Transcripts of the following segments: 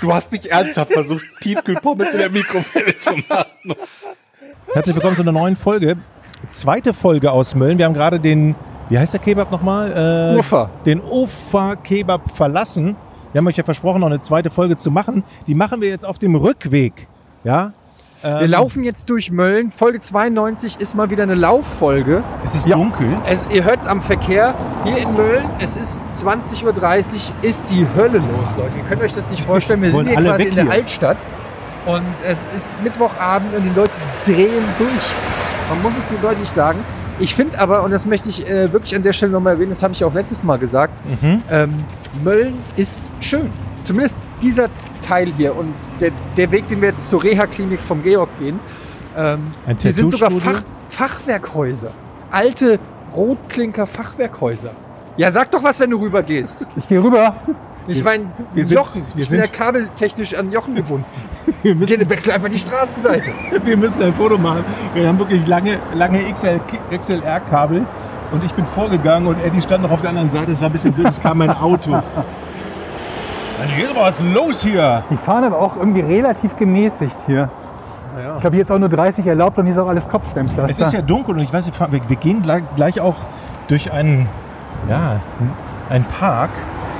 Du hast nicht ernsthaft versucht, Tiefkühlpommes in der Mikrofile zu machen. Herzlich willkommen zu einer neuen Folge. Zweite Folge aus Mölln. Wir haben gerade den, wie heißt der Kebab nochmal? Äh, Ufer. Den Ufa-Kebab verlassen. Wir haben euch ja versprochen, noch eine zweite Folge zu machen. Die machen wir jetzt auf dem Rückweg. Ja? ähm, Wir laufen jetzt durch Mölln. Folge 92 ist mal wieder eine Lauffolge. Es ist dunkel. Es, ihr hört es am Verkehr hier in Mölln. Es ist 20.30 Uhr, ist die Hölle los, Leute. Ihr könnt euch das nicht vorstellen. Wir sind Wollen hier alle quasi weg in der hier. Altstadt. Und es ist Mittwochabend und die Leute drehen durch. Man muss es so deutlich sagen. Ich finde aber, und das möchte ich äh, wirklich an der Stelle nochmal erwähnen, das habe ich auch letztes Mal gesagt, Mhm. Ähm, Mölln ist schön. Zumindest dieser Teil hier und der, der Weg, den wir jetzt zur Reha-Klinik vom Georg gehen. Ähm, Ein hier sind sogar Tattoo-Studio? Fach, Fachwerkhäuser. Alte Rotklinker-Fachwerkhäuser. Ja, sag doch was, wenn du rübergehst. Ich gehe rüber. Ich meine, wir sind- Jochen. wir ich bin ja sind- kabeltechnisch an Jochen gebunden. Wir Genau. müssen, Geh, wechsel einfach die Straßenseite. wir müssen ein Foto machen. Wir haben wirklich lange, lange XL, XLR-Kabel. Und ich bin vorgegangen und Eddie stand noch auf der anderen Seite. Es war ein bisschen blöd. Es kam mein Auto. Also hier ist aber was los hier. Die fahren aber auch irgendwie relativ gemäßigt hier. Ich glaube, hier ist auch nur 30 erlaubt und hier ist auch alles Es Kopfsteinpflaster. ist ja dunkel und ich weiß, nicht, wir, wir gehen gleich, gleich auch durch einen, ja, einen Park.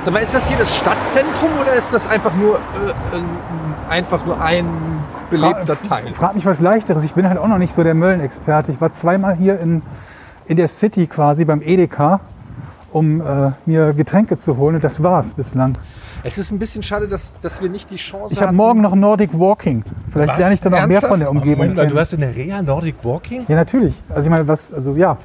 Sag mal, ist das hier das Stadtzentrum oder ist das einfach nur, äh, ein- einfach nur ein belebter Fra- Teil? Frag mich was Leichteres. Ich bin halt auch noch nicht so der Möllenexperte. Ich war zweimal hier in, in der City quasi beim Edeka, um äh, mir Getränke zu holen. Und das war's bislang. Es ist ein bisschen schade, dass, dass wir nicht die Chance Ich habe hatten. morgen noch Nordic Walking. Vielleicht Was? lerne ich dann auch mehr Ernsthaft? von der Umgebung. Moment mal, äh, du kennen. hast in der Reha Nordic Walking? Ja, natürlich. Also ich meine, was, also ja,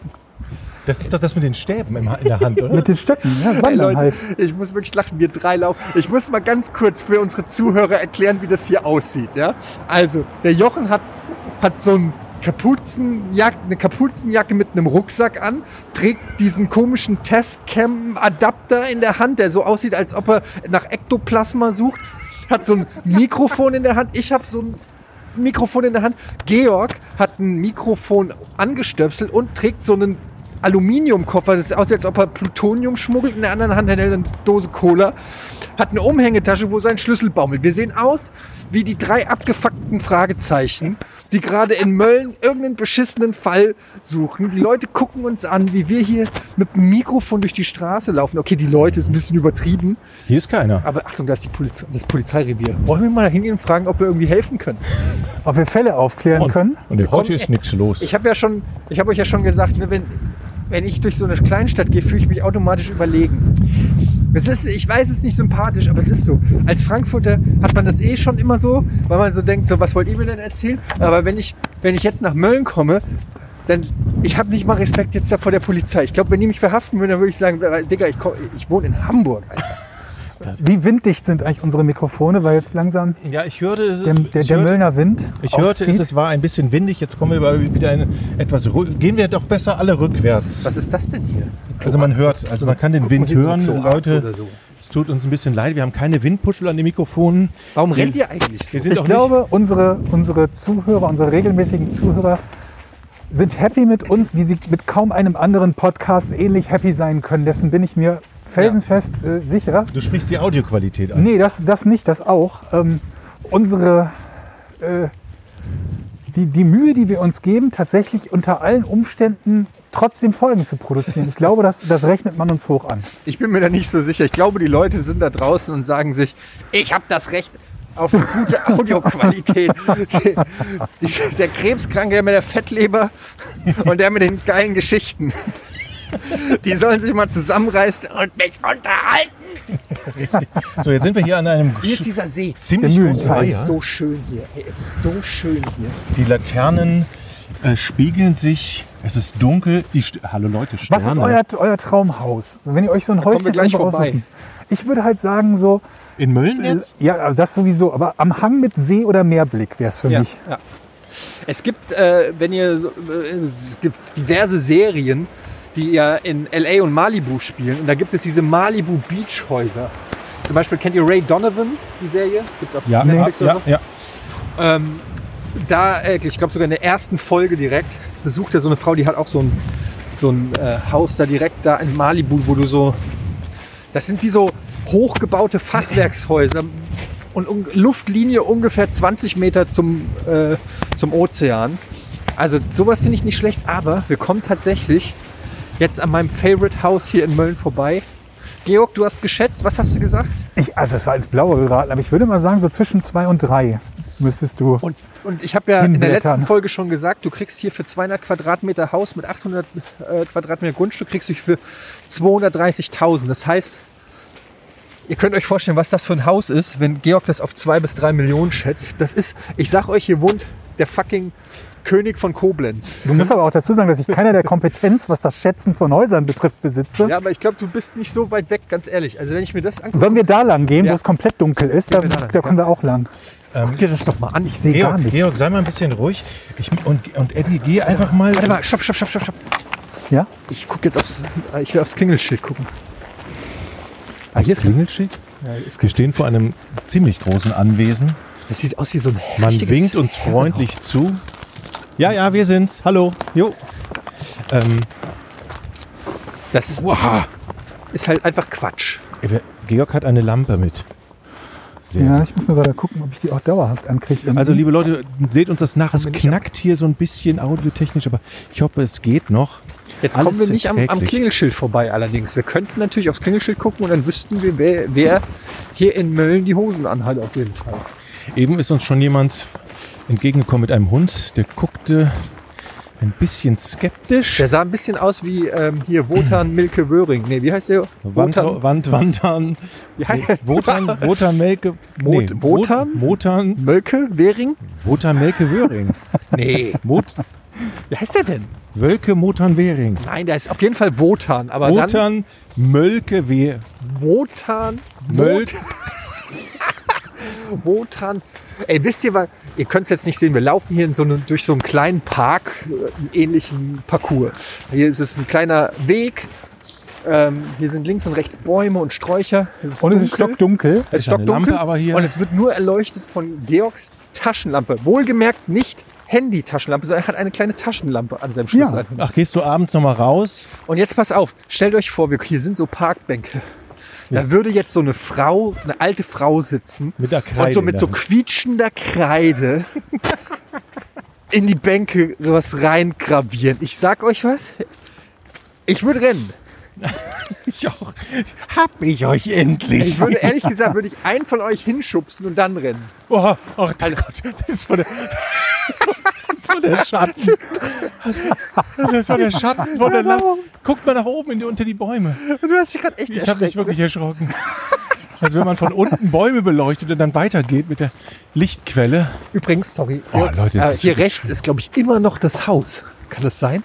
Das ist doch das mit den Stäben im, in der Hand, oder? mit den Stöcken. Ja, Hey, wandern Leute, halt. ich muss wirklich lachen, wir drei laufen. Ich muss mal ganz kurz für unsere Zuhörer erklären, wie das hier aussieht. Ja? Also, der Jochen hat, hat so ein Kapuzenjack, eine Kapuzenjacke mit einem Rucksack an, trägt diesen komischen Testcam-Adapter in der Hand, der so aussieht, als ob er nach Ektoplasma sucht, hat so ein Mikrofon in der Hand. Ich habe so ein Mikrofon in der Hand. Georg hat ein Mikrofon angestöpselt und trägt so einen Aluminiumkoffer. Das sieht aus, als ob er Plutonium schmuggelt. In der anderen Hand hält er eine Dose Cola. Hat eine Umhängetasche, wo sein Schlüssel baumelt. Wir sehen aus wie die drei abgefuckten Fragezeichen, die gerade in Mölln irgendeinen beschissenen Fall suchen. Die Leute gucken uns an, wie wir hier mit dem Mikrofon durch die Straße laufen. Okay, die Leute ist ein bisschen übertrieben, Hier ist keiner. aber Achtung, da ist die Poliz das Polizeirevier. Wollen wir mal da hingehen und fragen, ob wir irgendwie helfen können? Ob wir Fälle aufklären können? und heute ist nichts los. Ich habe ja schon, ich habe euch ja schon gesagt, ne, wenn, wenn ich durch so eine Kleinstadt gehe, fühle ich mich automatisch überlegen. Es ist, ich weiß es ist nicht sympathisch, aber es ist so. Als Frankfurter hat man das eh schon immer so, weil man so denkt, so was wollt ihr mir denn erzählen? Aber wenn ich, wenn ich jetzt nach Mölln komme, dann ich habe nicht mal Respekt jetzt da vor der Polizei. Ich glaube, wenn die mich verhaften würden, dann würde ich sagen, äh, Digga, ich, komm, ich wohne in Hamburg. Alter. Wie winddicht sind eigentlich unsere Mikrofone? Weil jetzt langsam ja, ich hörte, es der, der, ich der hörte, Möllner Wind ich hörte es, aufzieht. es war ein bisschen windig. Jetzt kommen wir aber wieder in etwas ruhig. Gehen wir doch besser alle rückwärts. Was ist das denn hier? Also man hört, also man kann den Guck mal, Wind hier so ein hören. Kloak Leute, oder so. es tut uns ein bisschen leid. Wir haben keine Windpuschel an den Mikrofonen. Warum Wir- rennt ihr eigentlich? Wir So? sind ich auch glaube, unsere, unsere Zuhörer, unsere regelmäßigen Zuhörer sind happy mit uns, wie sie mit kaum einem anderen Podcast ähnlich happy sein können. Dessen bin ich mir felsenfest äh, sicher. nicht, du sprichst die Audioqualität an. Nee, das, das nicht, das auch. Ähm, unsere, äh, die, die Mühe, die wir uns geben, tatsächlich unter allen Umständen trotzdem Folgen zu produzieren. Ich glaube, das, das rechnet man uns hoch an. Ich bin mir da nicht so sicher. Ich glaube, die Leute sind da draußen und sagen sich, ich habe das Recht auf eine gute Audioqualität. Die- die- der Krebskranke, der mit der Fettleber und der mit den geilen Geschichten. Die sollen sich mal zusammenreißen und mich unterhalten. So, jetzt sind wir hier an einem Hier ist dieser See. ziemlich Der großen Mühlenteich. Es See. ist so schön hier. Hey, es ist so schön hier. Die Laternen äh, spiegeln sich. Es ist dunkel. Die St Hallo Leute, Sterne. Was ist euer, eur Traumhaus? Also wenn ihr euch so ein ne? kommen wir Häuschen gleich einfach vorbei. aussuchen. Ich würde halt sagen, so, in Mölln jetzt? ja, also das sowieso, aber am Hang mit See oder Meerblick wäre es für mich. ja. Es gibt, äh, wenn ihr, so, äh, es gibt diverse Serien, die ja in L.A. und Malibu spielen. Und da gibt es diese Malibu Beachhäuser. Zum Beispiel kennt ihr Ray Donovan, die Serie? Gibt's auf Ja, ja, Netflix oder Ah, ja, so? ja. Ähm, da, äh, ich glaube sogar in der ersten Folge direkt, besucht er so eine Frau, die hat auch so ein, so ein äh, Haus da direkt da in Malibu, wo du so. Das sind wie so hochgebaute Fachwerkshäuser und un Luftlinie ungefähr 20 Meter zum, äh, zum Ozean. Also sowas finde ich nicht schlecht, aber wir kommen tatsächlich jetzt an meinem Favorite House hier in Mölln vorbei. Georg, du hast geschätzt, was hast du gesagt? Ich, also das war ins Blaue geraten, aber ich würde mal sagen, so zwischen zwei und drei müsstest du. Und, und ich habe ja in der Hinblättern. letzten Folge schon gesagt, du kriegst hier für 200 Quadratmeter Haus mit 800 äh, Quadratmeter Grundstück, kriegst du für 230.000. Das heißt, ihr könnt euch vorstellen, was das für ein Haus ist, wenn Georg das auf 2 bis 3 Millionen schätzt. Das ist, ich sag euch, hier wohnt der fucking König von Koblenz. Du musst aber auch dazu sagen, dass ich keiner der Kompetenz, was das Schätzen von Häusern betrifft, besitze. Ja, aber ich glaube, du bist nicht so weit weg, ganz ehrlich. Also wenn ich mir das angucke, Sollen wir da lang gehen, Ja. wo es komplett dunkel ist? Da, Gehen wir da lang, da kommen wir auch lang. guck dir das doch mal an. Ich sehe gar Ähm, Georg, nichts. Georg, sei mal ein bisschen ruhig. Ich, und, und Eddie, geh einfach mal. Warte mal, stopp, stopp, stopp, stopp, stopp. Ja? Ich guck jetzt aufs, ich will aufs Klingelschild gucken. Ah, hier ist Klingelschild. Wir stehen vor einem ziemlich großen Anwesen. Das sieht aus wie so ein Man richtiges winkt uns freundlich zu. Ja, ja, wir sind's. Hallo. Jo. Ähm, Das ist, ist halt einfach Quatsch. Äh, Georg hat eine Lampe mit. Sehr Ja, ich muss nur gerade gucken, ob ich die auch dauerhaft ankriege. Also liebe Leute, seht uns das nach. Es knackt hier so ein bisschen audiotechnisch, aber ich hoffe, es geht noch. Jetzt Alles kommen wir nicht am, am erträglich. Klingelschild vorbei allerdings. Wir könnten natürlich aufs Klingelschild gucken und dann wüssten wir, wer, wer hier in Mölln die Hosen anhat auf jeden Fall. Eben ist uns schon jemand entgegengekommen mit einem Hund, der guckte ein bisschen skeptisch. Der sah ein bisschen aus wie ähm, hier Wotan Milke Wöhring. Nee, wie heißt der? Wand, Wotan, Wand, Wandern. Ja. Wotan, Wotan Melke. Mot- Wotan? Wotan, Mölke Wöhring? Wotan Melke Wöhring. Nee. Mot, Wie heißt der denn? Wölke Motan Wöhring. Nein, der ist auf jeden Fall Wotan. Aber dann Wotan Mölke Weh. Wotan Mölk. Wotan. Ey, wisst ihr was? Ihr könnt es jetzt nicht sehen. Wir laufen hier in so eine, durch so einen kleinen Park, äh, ähnlichen Parcours. Hier ist es ein kleiner Weg. Ähm, hier sind links und rechts Bäume und Sträucher. Es ist und es ist dunkel. stockdunkel. Es ist Ist eine stockdunkel. Lampe aber hier. Und es wird nur erleuchtet von Georgs Taschenlampe. Wohlgemerkt nicht Handy-Taschenlampe, sondern er hat eine kleine Taschenlampe an seinem Ja. Schlüssel. Ach, gehst du abends nochmal raus? Und jetzt pass auf, stellt euch vor, wir, hier sind so Parkbänke. Da würde jetzt so eine Frau, eine alte Frau sitzen Mit der Kreide und so mit so dann. quietschender Kreide in die Bänke was reingravieren. Ich sag euch was, ich würde rennen. Ich auch. Hab ich euch endlich. Ich würde ehrlich gesagt, würde ich einen von euch hinschubsen und dann rennen. Oh, oh dein Gott, das war der, das war der Schatten. Das war der Schatten von der Lampe. Guckt mal nach oben in die, unter die Bäume. Und du hast dich gerade echt Ich habe mich wirklich erschrocken. Also wenn man von unten Bäume beleuchtet und dann weitergeht mit der Lichtquelle. Übrigens, sorry. Oh, Leute, das äh, ist hier wirklich rechts ist, glaube ich, immer noch das Haus. Kann das sein?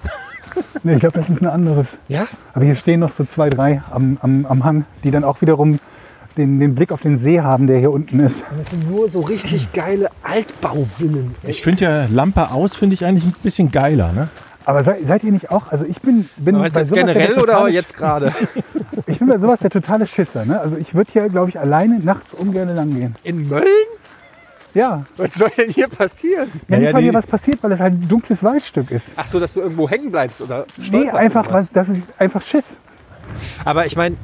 Nee, ich glaube, das ist ein anderes. Ja? Aber hier stehen noch so zwei, drei am, am, am Hang, die dann auch wiederum den, den Blick auf den See haben, der hier unten ist. Und das sind nur so richtig geile Altbauvillen. Ich finde ja Lampe aus finde ich eigentlich ein bisschen geiler, ne? Aber seid, seid ihr nicht auch? Also ich bin, bin Meinst du jetzt sowas der generell oder totale- jetzt gerade? Ich bin bei sowas der totale Schisser. Ne? Also ich würde hier, glaube ich, alleine nachts ungern lang gehen. In Mölln? Ja, Was soll denn hier passieren? ja, Naja, nicht, weil die- hier was passiert, weil es halt ein dunkles Waldstück ist. Ach so, dass du irgendwo hängen bleibst oder Nee, stolperst einfach oder was, das ist einfach Schiss. Aber ich meine,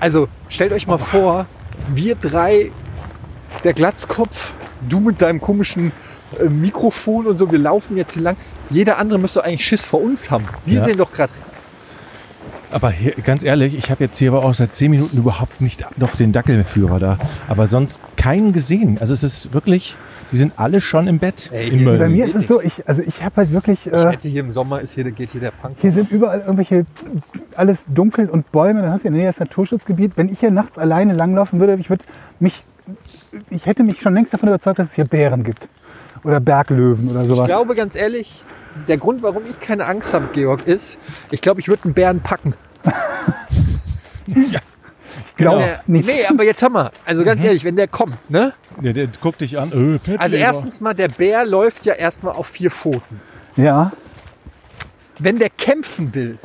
also stellt euch mal vor, wir drei, der Glatzkopf, du mit deinem komischen äh, Mikrofon und so, wir laufen jetzt hier lang. Jeder andere müsste eigentlich Schiss vor uns haben. Wir Ja. sehen doch gerade. Aber hier, ganz ehrlich, ich habe jetzt hier aber auch seit zehn Minuten überhaupt nicht noch den Dackelführer da. Aber sonst keinen gesehen. Also es ist wirklich, die sind alle schon im Bett. Ey, in Mölln. Bei mir ist geht es so, ich, also ich habe halt wirklich, eh Ich äh, wette, hier im Sommer ist hier, geht hier der Punk. hier sind überall irgendwelche, alles dunkel und Bäume, dann hast du in der Nähe das Naturschutzgebiet. Wenn ich hier nachts alleine langlaufen würde, ich würde mich, ich hätte mich schon längst davon überzeugt, dass es hier Bären gibt. Oder Berglöwen oder sowas. Ich glaube, ganz ehrlich, der Grund, warum ich keine Angst habe, Georg, ist, ich glaube, ich würde einen Bären packen. Glaub Wenn der- nicht. Genau. Nee, aber jetzt hör mal. Also ganz ehrlich, wenn der kommt, ne? Der, der guckt dich an. Öh, Fettleber. Also erstens mal, der Bär läuft ja erstmal auf vier Pfoten. Ja. Wenn der kämpfen will,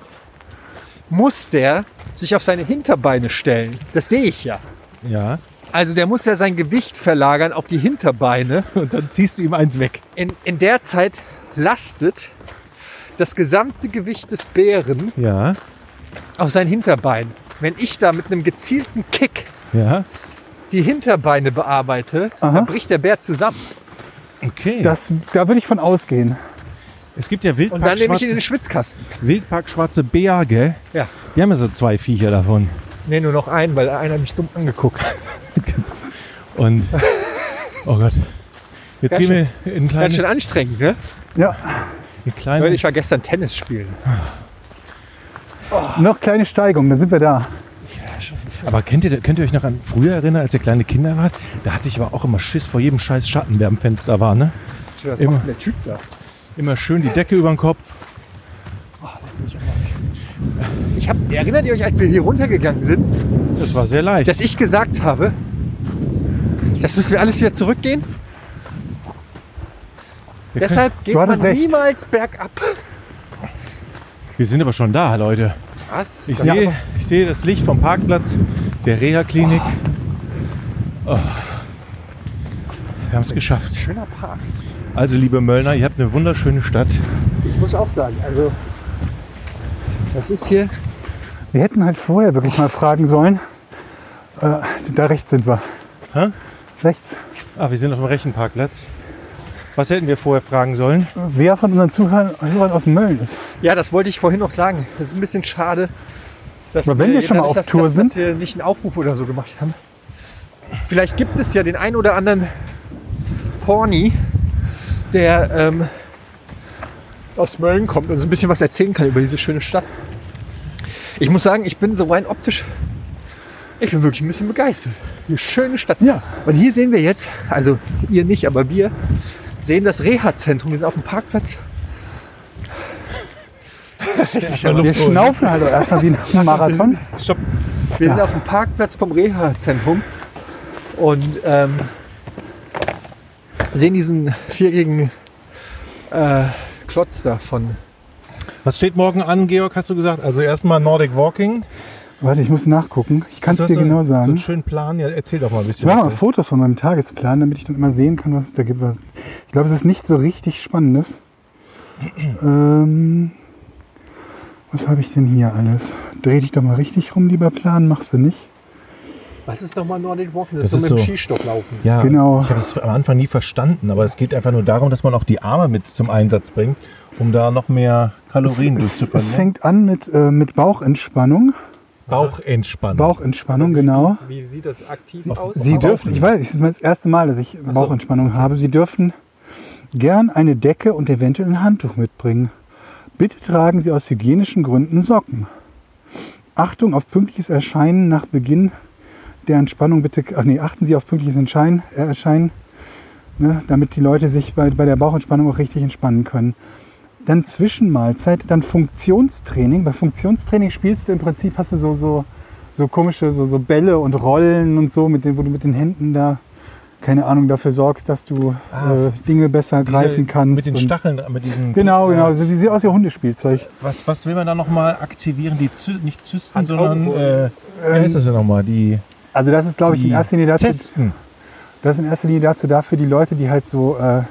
muss der sich auf seine Hinterbeine stellen. Das sehe ich ja. Ja. Also der muss ja sein Gewicht verlagern auf die Hinterbeine. Und dann ziehst du ihm eins weg. In, in der Zeit lastet das gesamte Gewicht des Bären Ja. auf sein Hinterbein. Wenn ich da mit einem gezielten Kick Ja. die Hinterbeine bearbeite, Aha. dann bricht der Bär zusammen. Okay. Das, da würde ich von ausgehen. es gibt ja Und dann Wildpark nehme ich ihn in schwarze, den Schwitzkasten. Wildpark schwarze Berge. Ja. Wir haben ja so zwei Viecher davon. Nee, nur noch einen, weil einer mich dumm angeguckt. Und oh Gott. Jetzt Ganz gehen wir in Ganz schön kleine, anstrengend, ne? Ja. in kleine Weil ich war gestern Tennis spielen. Noch kleine Steigung, dann sind wir da. Aber kennt ihr, könnt ihr euch noch an früher erinnern, als ihr kleine Kinder wart? Da hatte ich aber auch immer Schiss vor jedem scheiß Schatten, der am Fenster war, ne? Ich weiß, Immer. was macht der Typ da? Immer schön die Decke über den Kopf. Ich hab, erinnert ihr euch, als wir hier runtergegangen sind, Das war sehr leicht. dass ich gesagt habe, das müssen wir alles wieder zurückgehen? Wir, können, Deshalb geht Du man hattest recht. niemals bergab. wir sind aber schon da, Leute. Was? Ich Das- sehe, ich sehe das Licht vom Parkplatz der Reha-Klinik. Oh. Wir haben es geschafft. Schöner Park. Also, liebe Möllner, ihr habt eine wunderschöne Stadt. Ich muss auch sagen, also das ist hier. Wir hätten halt vorher wirklich mal fragen sollen. Äh, da rechts sind wir. Hä? Rechts. Ah, wir sind auf dem rechten Parkplatz. Was hätten wir vorher fragen sollen? Wer von unseren Zuhörern Hörern aus Mölln ist. Ja, das wollte ich vorhin noch sagen. Das ist ein bisschen schade, dass Aber wenn wir schon mal dadurch, auf dass, Tour dass, sind- dass wir nicht einen Aufruf oder so gemacht haben. Vielleicht gibt es ja den einen oder anderen Porni, der ähm, aus Mölln kommt und so ein bisschen was erzählen kann über diese schöne Stadt. Ich muss sagen, ich bin so rein optisch, ich bin wirklich ein bisschen begeistert. Diese schöne Stadt. Ja. Und hier sehen wir jetzt, also ihr nicht, aber wir sehen das Reha-Zentrum. Wir sind auf dem Parkplatz. Wir schnaufen halt auch erstmal wie ein Marathon. Stopp. Wir sind auf dem Parkplatz vom Reha-Zentrum und ähm, sehen diesen viereckigen äh, Klotz da von. Was steht morgen an, Georg, hast du gesagt? Also erstmal Nordic Walking. Warte, ich muss nachgucken. Ich kann Du hast es dir so, genau So einen sagen. schönen Plan. Ja, erzähl doch mal ein Ich bisschen. mache mal was Fotos von meinem Tagesplan, damit ich dann immer sehen kann, was es da gibt. Was- Ich glaube, es ist nicht so richtig Spannendes. Ähm, was habe ich denn hier alles? Dreh dich doch mal richtig rum, lieber Plan. Machst du nicht? Was ist nochmal Nordic Walking? Das ist mit so- dem Skistock laufen. da- ja, Genau. Ich habe es am Anfang nie verstanden, aber es geht einfach nur darum, dass man auch die Arme mit zum Einsatz bringt, um da noch mehr Kalorien ne? es, es, durchzubringen. es fängt an mit, äh, mit Bauchentspannung. Bauch entspannen. Bauchentspannung, genau. Wie sieht das aktiv aus? Sie dürfen, ich weiß, es ist das erste Mal, dass ich Bauchentspannung habe. Sie dürfen gern eine Decke und eventuell ein Handtuch mitbringen. Bitte tragen Sie aus hygienischen Gründen Socken. Achtung auf pünktliches Erscheinen nach Beginn der Entspannung. Bitte, ach nee, achten Sie auf pünktliches Entschein, äh, Erscheinen, ne, damit die Leute sich bei, bei der Bauchentspannung auch richtig entspannen können. Dann Zwischenmahlzeit, dann Funktionstraining. Bei Funktionstraining spielst du im Prinzip, hast du so, so, so komische, so, so Bälle und Rollen und so, mit den, wo du mit den Händen da, keine Ahnung, dafür sorgst, dass du Ah, äh, Dinge besser Diese- greifen kannst. Mit den und- Stacheln, mit diesen. Genau, Ja. genau. Also die sieht aus wie Hundespielzeug. Was, was will man da nochmal aktivieren? Die Zy nicht Zysten, Hand- sondern. Äh, Augenbrauen. wie heißt das denn nochmal? Die, Also das ist, glaube ich, in die erster Linie dazu, Zesten. das ist in erster Linie dazu da für die Leute, die halt so äh,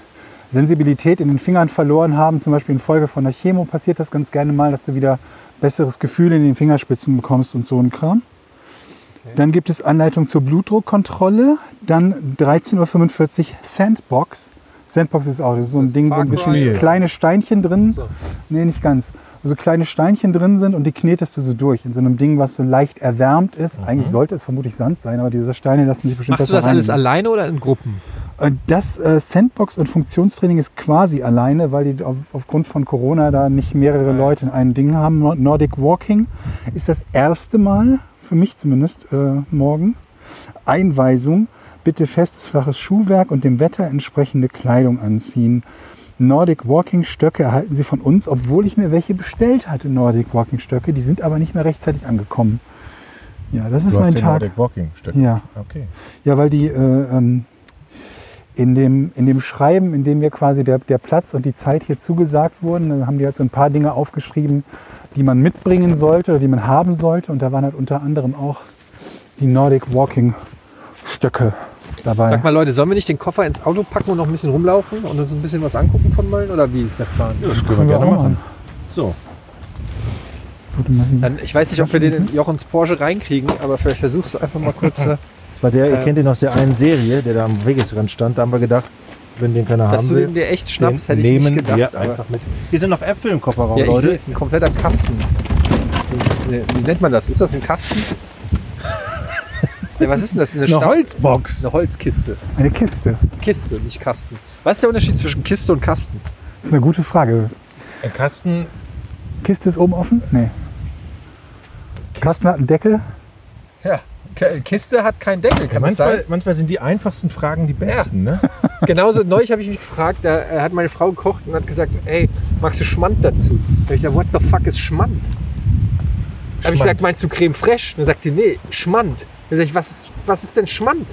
Sensibilität in den Fingern verloren haben. Zum Beispiel infolge von der Chemo passiert das ganz gerne mal, dass du wieder besseres Gefühl in den Fingerspitzen bekommst und so ein Kram. Dann gibt es Anleitung zur Blutdruckkontrolle. Dann 13.45 Uhr Sandbox. Sandbox ist auch das ist so ein Das Ding, wo ein Far bisschen Cry. kleine Steinchen drin So. Nee, nicht ganz. Also kleine Steinchen drin sind und die knetest du so durch in so einem Ding, was so leicht erwärmt ist. Eigentlich sollte es vermutlich Sand sein, aber diese Steine lassen sich bestimmt Mhm. Machst du besser das alles reinigen. alleine oder in Gruppen? Äh, Das äh, Sandbox und Funktionstraining ist quasi alleine, weil die auf, aufgrund von Corona da nicht mehrere Leute in einem Ding haben. Nord- Nordic Walking ist das erste Mal, für mich zumindest, äh, morgen. Einweisung, bitte festes, flaches Schuhwerk und dem Wetter entsprechende Kleidung anziehen. Nordic Walking Stöcke erhalten Sie von uns, obwohl ich mir welche bestellt hatte, Nordic Walking Stöcke. Die sind aber nicht mehr rechtzeitig angekommen. Ja, das ist Du hast mein den Tag. Nordic Walking Stück. Ja. Okay. Ja, weil die, äh, ähm, in dem, in dem Schreiben, in dem mir quasi der, der Platz und die Zeit hier zugesagt wurden, dann haben die halt so ein paar Dinge aufgeschrieben, die man mitbringen sollte oder die man haben sollte. Und da waren halt unter anderem auch die Nordic Walking Stöcke dabei. Sag mal, Leute, sollen wir nicht den Koffer ins Auto packen und noch ein bisschen rumlaufen und uns ein bisschen was angucken von Mölln? Oder wie ist der Plan? das können Können wir auch machen. So. Warte mal, hier. Dann, ich weiß nicht, ob wir den in Jochens Porsche reinkriegen, aber vielleicht versuchst du einfach mal kurz. äh, Das war der, ihr kennt ihn aus der einen Serie, der da am Wegesrand stand. Da haben wir gedacht, wenn den keiner Dass haben du will, den dir echt schnappst, hätte den ich nicht nehmen gedacht. wir aber, einfach mit. Hier sind noch Äpfel im Kofferraum, ja, ich sehe Leute. es, ein kompletter Kasten. Ne, Wie nennt man das? Ist das ein Kasten? ja, was ist denn das? Eine, Eine Stau- Holzbox. eine Holzkiste. Eine Kiste. Kiste, nicht Kasten. Was ist der Unterschied zwischen Kiste und Kasten? Das ist eine gute Frage. Ein Kasten, Kiste ist oben offen? Nee. Kasten hat einen Deckel. Ja, Kiste hat keinen Deckel, kann manchmal, manchmal sind die einfachsten Fragen die besten. Ne? Genauso neulich habe ich mich gefragt, da äh, hat meine Frau gekocht und hat gesagt, ey, magst du Schmand dazu? Da habe ich gesagt, what the fuck ist Schmand? Da habe ich Schmand. gesagt, meinst du Creme Fraiche? Und dann sagt sie, nee, Schmand. Dann sage ich, was ist, was ist denn Schmand?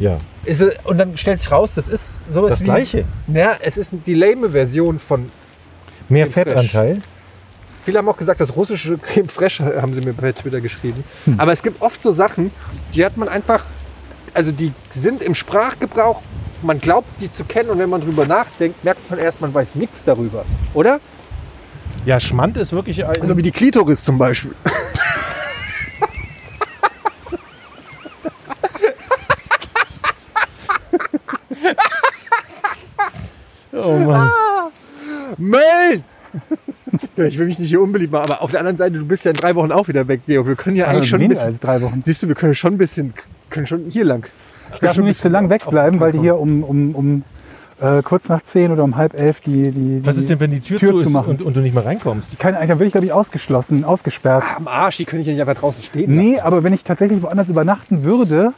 Ja. Ist, äh, und dann stellt sich raus, das ist sowas Das wie... Gleiche. Ja, es ist die lame Version von... Mehr Frisch. Fettanteil. Viele haben auch gesagt, das russische Creme Fraiche haben sie mir bei Twitter geschrieben. Aber es gibt oft so Sachen, die hat man einfach... Also die sind im Sprachgebrauch, man glaubt die zu kennen und wenn man drüber nachdenkt, merkt man erst, man weiß nichts darüber. Oder? Ja, Schmand ist wirklich ein. So Also wie die Klitoris zum Beispiel. Oh Mann. Mölln! Ja, ich will mich nicht hier unbeliebt machen, aber auf der anderen Seite, du bist ja in drei Wochen auch wieder weg, Georg. Wir Ah, können ja eigentlich schon ein weniger bisschen. Äh, als drei Wochen. Siehst du, wir können schon ein bisschen, können schon hier lang. Ich darf nur nicht zu lang wegbleiben, weil die hier um, um, um äh, kurz nach zehn oder um halb elf die, die, die was ist denn, wenn die Tür, Tür zu zu ist machen. und, und du nicht mehr reinkommst? Keine, Ahnung, dann bin ich, glaube ich, ausgeschlossen, ausgesperrt. Ah, Am Arsch, die können ich ja nicht einfach draußen stehen. Nee, aber wenn ich tatsächlich woanders übernachten würde,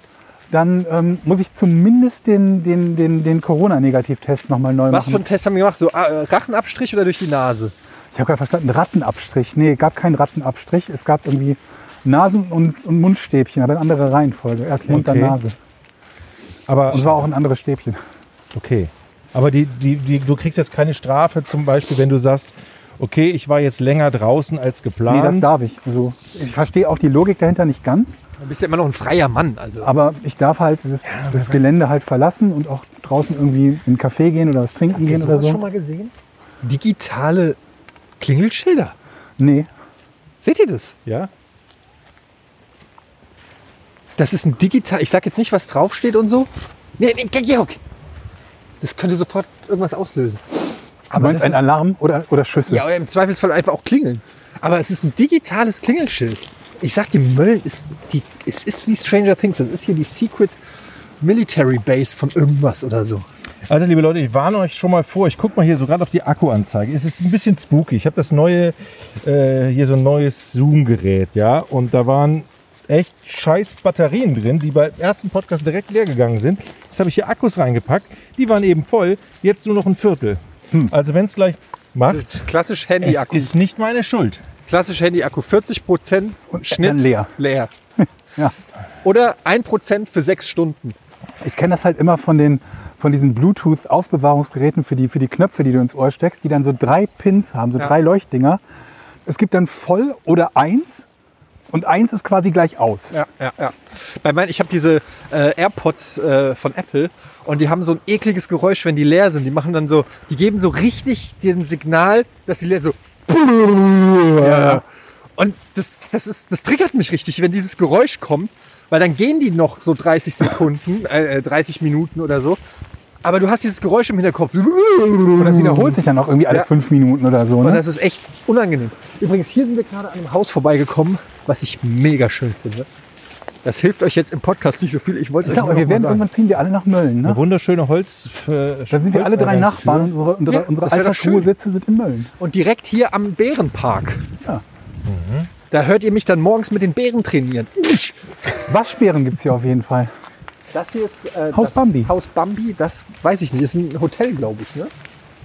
dann ähm, muss ich zumindest den, den, den, den Corona-Negativtest nochmal neu Was machen. für einen Test haben wir gemacht? So äh, Rachenabstrich oder durch die Nase? Ich habe gerade verstanden, Rattenabstrich. Nee, gab keinen Rattenabstrich. Es gab irgendwie Nasen- und, und Mundstäbchen, aber in andere Reihenfolge. Erst Mund, dann Okay. Nase. Aber Und es war auch ein anderes Stäbchen. Okay. Aber die, die, die, du kriegst jetzt keine Strafe, zum Beispiel, wenn du sagst, okay, ich war jetzt länger draußen als Nee, geplant. das darf ich. Also, ich verstehe auch die Logik dahinter nicht ganz, Du bist ja immer noch ein freier Mann. Also. aber ich darf halt das, das Gelände halt verlassen und auch draußen irgendwie in einen Café gehen oder was trinken gehen oder so. mal gesehen? Digitale Klingelschilder. Nee, Seht ihr das? ja? Das ist ein digital. Ich sag jetzt nicht, was draufsteht und so. Nee, nee, Georg. Das könnte sofort irgendwas auslösen. du meinst das ein ist- Alarm oder, oder Schüsse? Ja, oder im Zweifelsfall einfach auch klingeln. Aber es ist ein digitales Klingelschild. Ich sag dir, Mölln ist die, es ist wie Stranger Things. Das ist hier die Secret Military Base von irgendwas oder so. Also, liebe Leute, ich warne euch schon mal vor. Ich guck mal hier so gerade auf die Akkuanzeige. Es ist ein bisschen spooky. Ich habe das neue, äh, hier so ein neues Zoom-Gerät, ja. Und da waren echt scheiß Batterien drin, die beim ersten Podcast direkt leer gegangen sind. Jetzt habe ich hier Akkus reingepackt. Die waren eben voll. Jetzt nur noch ein Viertel. Hm. Also, wenn es gleich macht, klassisch es ist nicht meine Schuld. Klassisch Handy-Akku. 40 Prozent Schnitt dann leer. leer. Ja. Oder 1 Prozent für sechs Stunden. Ich kenne das halt immer von, den, von diesen Bluetooth-Aufbewahrungsgeräten für die, für die Knöpfe, die du ins Ohr steckst, die dann so drei Pins haben, so drei Leuchtdinger. Es gibt dann voll oder eins und eins ist quasi gleich aus. Ja, ja, ja. Bei meinen, ich habe diese äh, AirPods äh, von Apple und die haben so ein ekliges Geräusch, wenn die leer sind. Die machen dann so, die geben so richtig den Signal, dass die leer so. Und das, das, ist, das triggert mich richtig, wenn dieses Geräusch kommt, weil dann gehen die noch so 30 Sekunden, äh, äh, 30 Minuten oder so. Aber du hast dieses Geräusch im Hinterkopf. Und das wiederholt sich dann auch irgendwie alle Ja. fünf Minuten oder so. Und Ne? das ist echt unangenehm. Übrigens, hier sind wir gerade an einem Haus vorbeigekommen, was ich mega schön finde. Das hilft euch jetzt im Podcast nicht so viel. Ich wollte es euch Ich sag, nur mal, noch wir mal werden sagen. irgendwann ziehen wir alle nach Mölln. Ne? Eine wunderschöne Holz. äh, Dann sind wir alle drei Nachbarn und unsere, unsere, Ja, unsere das wär doch altershohe schön. Sitze sind in Mölln. Und direkt hier am Bärenpark. Mhm. Ja. Da hört ihr mich dann morgens mit den Bären trainieren. Waschbären gibt es hier auf jeden Fall. Das hier ist äh, Haus das Bambi. Haus Bambi, das weiß ich nicht. Ist ein Hotel, glaube ich. Ne?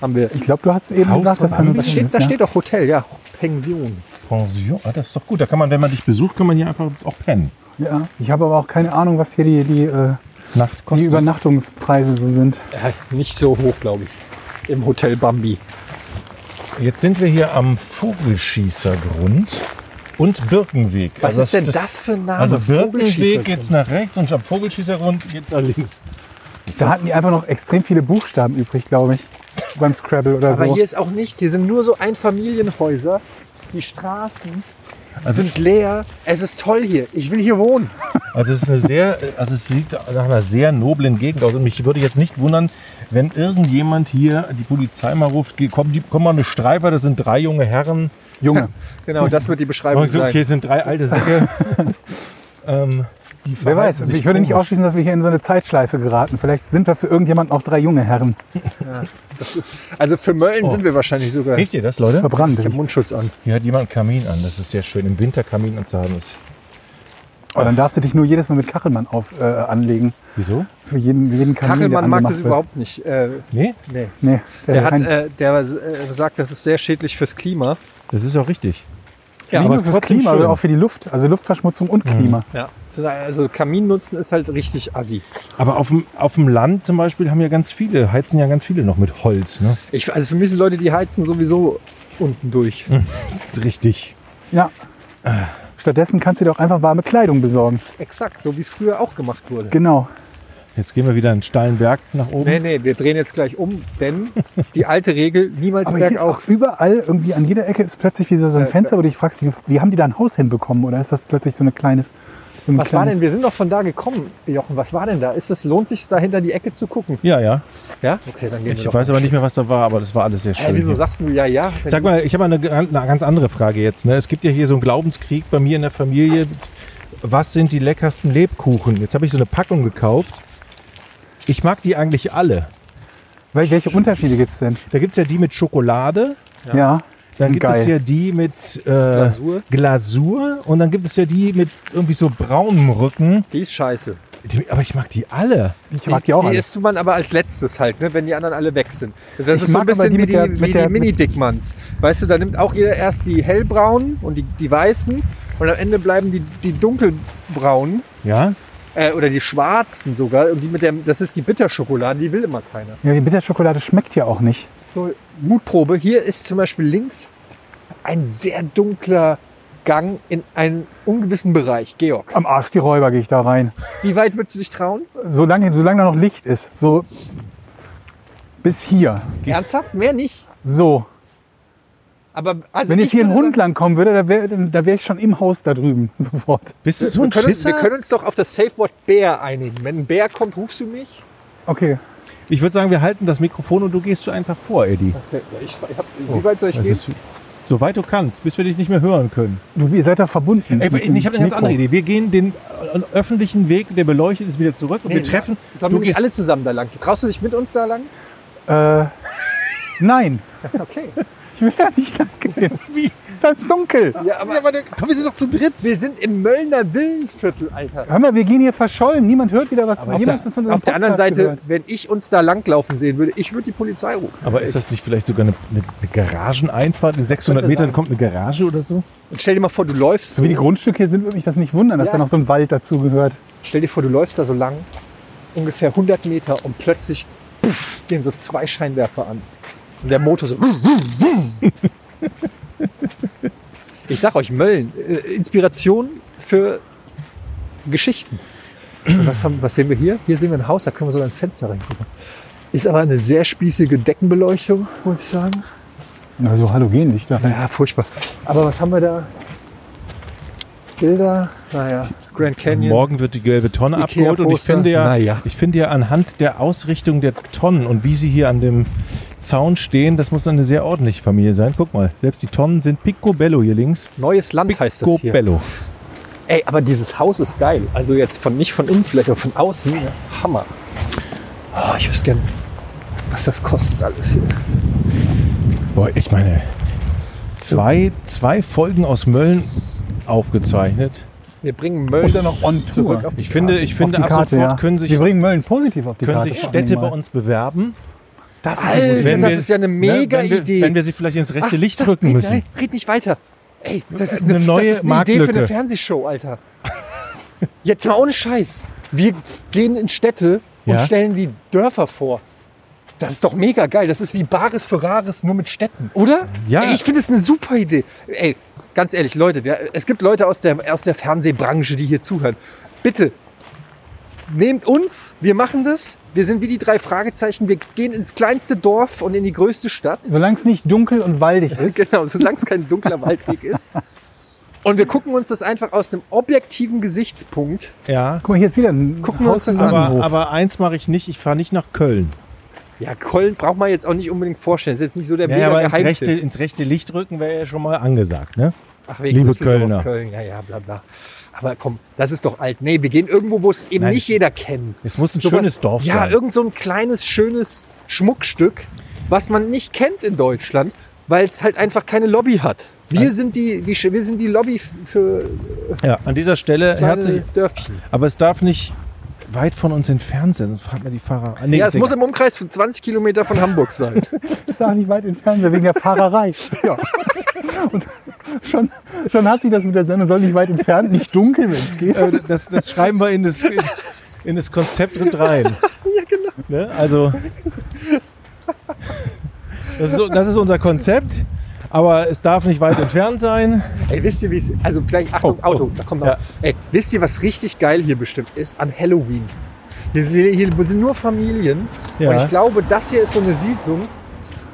Haben wir. Ich glaube, du hast eben Haus gesagt, dass und da nur Anwesen Da drin steht, ist, da ja. steht doch Hotel, ja. Pension. Pension? Ah, das ist doch gut. Da kann man, wenn man dich besucht, kann man hier einfach auch pennen. Ja. Ich habe aber auch keine Ahnung, was hier die, die äh, Nacht Wie kostet. Übernachtungspreise so sind. Ja, nicht so hoch, glaube ich. Im Hotel Bambi. Jetzt sind wir hier am Vogelschießergrund und Birkenweg. Was ist denn das für ein Name? Also Birkenweg Vogelschießergrund. geht's nach rechts und am Vogelschießergrund geht's nach links. Da hatten die einfach noch extrem viele Buchstaben übrig, glaube ich. Beim Scrabble oder Aber so. hier ist auch nichts. Hier sind nur so Einfamilienhäuser. Die Straßen Also sind leer. Es ist toll hier. Ich will hier wohnen. Also es ist eine sehr, also es sieht nach einer sehr noblen Gegend aus. Und mich würde jetzt nicht wundern, wenn irgendjemand hier die Polizei mal ruft, "Geh, komm, die, komm mal eine Streifer, das sind drei junge Herren. Junge. Genau, das wird die Beschreibung Und ich so, okay, sein. es sind drei alte Säcke. ähm, die Wer verhalten weiß, sich ich würde nicht komisch. ausschließen, dass wir hier in so eine Zeitschleife geraten. Vielleicht sind wir für irgendjemanden auch drei junge Herren Also für Oh. Mölln sind wir wahrscheinlich sogar. Ich Riecht ihr das, Leute? verbrannt. habe Mundschutz an. Hier hat jemand einen Kamin an. Das ist sehr schön. Im Winter Kamin anzuhaben ist. Oh, dann darfst du dich nur jedes Mal mit Kachelmann auf, äh, anlegen. Wieso? Für jeden, jeden Kamin, Kachelmann der mag angemacht das wird. überhaupt nicht. Äh, Nee, nee. Nee, der, Der, ist hat, kein, äh, der äh, sagt, das ist sehr schädlich fürs Klima. das ist auch richtig. nicht aber nur fürs trotzdem Klima, schön. sondern auch für die Luft. Also Luftverschmutzung und Klima. Ja. Also Kamin nutzen ist halt richtig assi. Aber auf dem, auf dem Land zum Beispiel haben ja ganz viele, heizen ja ganz viele noch mit Holz. Ne? Ich, also für mich sind Leute, die heizen sowieso unten durch. Hm. Richtig. Ja. Stattdessen kannst du dir auch einfach warme Kleidung besorgen. Exakt, so wie es früher auch gemacht wurde. Genau. Jetzt gehen wir wieder einen steilen Berg nach oben. Nee, nee, wir drehen jetzt gleich um, denn die alte Regel, niemals Aber hier bergauf. auch überall, irgendwie an jeder Ecke ist plötzlich wie so so ein Ja, Fenster, wo du dich fragst, wie, wie haben die da ein Haus hinbekommen? Oder ist das plötzlich so eine kleine... So ein Was war kleines- denn? Wir sind doch von da gekommen, Jochen. Was war denn da? Ist es, lohnt sich da hinter die Ecke zu gucken? Ja, ja. Ja? Okay, dann gehen wir Ich doch. weiß aber nicht mehr, was da war, aber das war alles sehr schön. Hä, wieso hier. sagst du ja, ja? Sag mal, ich habe eine, ge- eine ganz andere Frage jetzt. Ne? Es gibt ja hier so einen Glaubenskrieg bei mir in der Familie. Was sind die leckersten Lebkuchen? Jetzt habe ich so eine Packung gekauft. Ich mag die eigentlich alle. Wel- Welche Unterschiede gibt's denn? Da gibt es ja die mit Schokolade, Ja, ja dann sind gibt es geil. ja die mit äh, Glasur. und dann gibt es ja die mit irgendwie so braunem Rücken. Die ist scheiße. Die, aber ich mag die alle. ich mag die auch alle. isst du man aber als letztes halt, ne, wenn die anderen alle weg sind. Also das Ich ist so ein mag bisschen aber die wie mit die, der- wie mit die der- Mini-Dickmanns. Weißt du, da nimmt auch jeder erst die hellbraunen und die, die weißen und am Ende bleiben die, die dunkelbraunen Ja? äh, oder die schwarzen sogar. Und die mit der, das ist die Bitterschokolade, die will immer keiner. Ja, die Bitterschokolade schmeckt ja auch nicht. So, Mutprobe. Hier ist zum Beispiel links ein sehr dunkler Gang in einen ungewissen Bereich. Georg, Am Arsch die Räuber gehe ich da rein. wie weit würdest du dich trauen? Solange, solange da noch Licht ist. So bis hier. Ernsthaft? Mehr nicht. So. Aber also Wenn jetzt hier ein würde Hund langkommen würde, da wäre da wär ich schon im Haus da drüben. Sofort. Bist du so wir, ein können, wir Schisser? können uns doch auf das Safe Word Bär einigen. Wenn ein Bär kommt, rufst du mich. Okay. Ich würde sagen, wir halten das Mikrofon und du gehst so einfach vor, Eddie. Ich, hab, wie weit soll ich Das gehen? ist, soweit du kannst, bis wir dich nicht mehr hören können. Du, ihr seid da verbunden. Ey, mit ich dem habe eine ganz Mikro. andere Idee. Wir gehen den äh, öffentlichen Weg, der beleuchtet ist, wieder zurück und Nee, wir treffen. Sollen wir nicht alle zusammen da lang? Traust du dich mit uns da lang? Äh, nein. Okay. Ich will da nicht lang gehen. Wie? Das ist dunkel. Ja, aber komm, wir sind doch zu dritt. wir sind im Möllner Villenviertel, Alter. Hör mal, wir gehen hier verschollen. Niemand hört wieder was. Auf Niemand hat von der- unserem auf der anderen Podcast Seite, gehört. wenn ich uns da langlaufen sehen würde, ich würde die Polizei rufen. Aber ist das nicht vielleicht sogar eine, eine, eine Garageneinfahrt? In 600 könnte Metern sein. kommt eine Garage oder so? Und stell dir mal vor, du läufst. So wie die Grundstücke hier sind, würde mich das nicht wundern, dass Ja. da noch so ein Wald dazu gehört. Stell dir vor, du läufst da so lang, ungefähr 100 Meter und plötzlich puff, gehen so zwei Scheinwerfer an. Und der Motor so. Ich sag euch, Mölln, äh, Inspiration für Geschichten. Und was, haben, was sehen wir hier? Hier sehen wir ein Haus, da können wir sogar ins Fenster reingucken. Ist aber eine sehr spießige Deckenbeleuchtung, muss ich sagen. Also Halogenlichter. Ja, furchtbar. Aber was haben wir da? Bilder? Naja, Grand Canyon. Morgen wird die gelbe Tonne Ikea abgeholt und ich Poster. finde, ja, Naja. ich finde ja anhand der Ausrichtung der Tonnen und wie sie hier an dem Zaun stehen, das muss eine sehr ordentliche Familie sein. Guck mal, selbst die Tonnen sind picobello hier links. Neues Land heißt das hier. Picobello. Ey, aber dieses Haus ist geil. Also jetzt von nicht von innen vielleicht, aber von außen. Hammer. Oh, ich wüsste gern, was das kostet alles hier. Boah, ich meine, zwei, zwei Folgen aus Mölln aufgezeichnet. Wir bringen Und dann Mölln noch on zurück Tour. auf die Ich finde, ich finde Auf ab die Karte, sofort ja. können sich, wir bringen Mölln positiv auf die können Karte. sich Städte bei uns bewerben. Das ist eine gute Alter, Wenn das wir- ist ja eine ne, mega wenn wir, Idee. Wenn wir sie vielleicht ins rechte Ach, Licht sag, rücken red, müssen. Nein, red nicht weiter. Ey, das ist Eine eine, neue das ist eine Idee für eine Marktlücke. Fernsehshow, Alter. Jetzt mal ohne Scheiß. Wir gehen in Städte und Ja. stellen die Dörfer vor. Das ist doch mega geil. Das ist wie Bares für Rares, nur mit Städten, oder? Ja. Ey, ich finde es eine super Idee. Ey, ganz ehrlich, Leute, wir, es gibt Leute aus der, aus der Fernsehbranche, die hier zuhören. Bitte, nehmt uns, wir machen das. Wir sind wie die drei Fragezeichen. Wir gehen ins kleinste Dorf und in die größte Stadt. Solange es nicht dunkel und waldig Äh? ist. Genau, solange es kein dunkler Waldweg ist. Und wir gucken uns das einfach aus einem objektiven Gesichtspunkt. Ja. Guck mal, hier ist wieder ein Gucken wir uns das im an. Aber, Anhof. aber eins mache ich nicht, ich fahre nicht nach Köln. Ja, Köln braucht man jetzt auch nicht unbedingt vorstellen. ist jetzt nicht so der Ja, mega aber ins Geheimtipp. rechte, ins rechte Licht rücken wäre ja schon mal angesagt, ne? Ach, wegen Liebe Düsseldorf, Kölner. Köln. Ja, ja, bla, bla. Aber komm, das ist doch alt. Nee, wir gehen irgendwo, wo es eben Nein. nicht jeder kennt. Es muss ein Sowas- schönes Dorf Ja, sein. irgend so ein kleines, schönes Schmuckstück, was man nicht kennt in Deutschland, weil es halt einfach keine Lobby hat. Wir sind die, wir wir sind die Lobby für Ja, an dieser Stelle kleine herzlich. Dörfchen. Aber es darf nicht weit von uns entfernt sein, sonst fragt man die Fahrer. Ah, Nee, Ja, ist es muss egal. im Umkreis von 20 Kilometer von Hamburg sein. ist da nicht weit entfernt, wegen der Fahrerei. ja. Und schon, schon hat sie das mit der Sendung, soll nicht weit entfernt, nicht dunkel, wenn es geht. Äh, das, das schreiben wir in das, in, in das Konzept mit rein. ja, genau. Ne? Also, das ist, so- das ist unser Konzept, aber es darf nicht weit entfernt sein. Ey, wisst ihr, wie es. Also, vielleicht, Achtung, Oh, oh. Auto, da kommt noch. Ja. Ey, wisst ihr, was richtig geil hier bestimmt ist? An Halloween. Hier sind, hier sind nur Familien. Und Ja. ich glaube, das hier ist so eine Siedlung,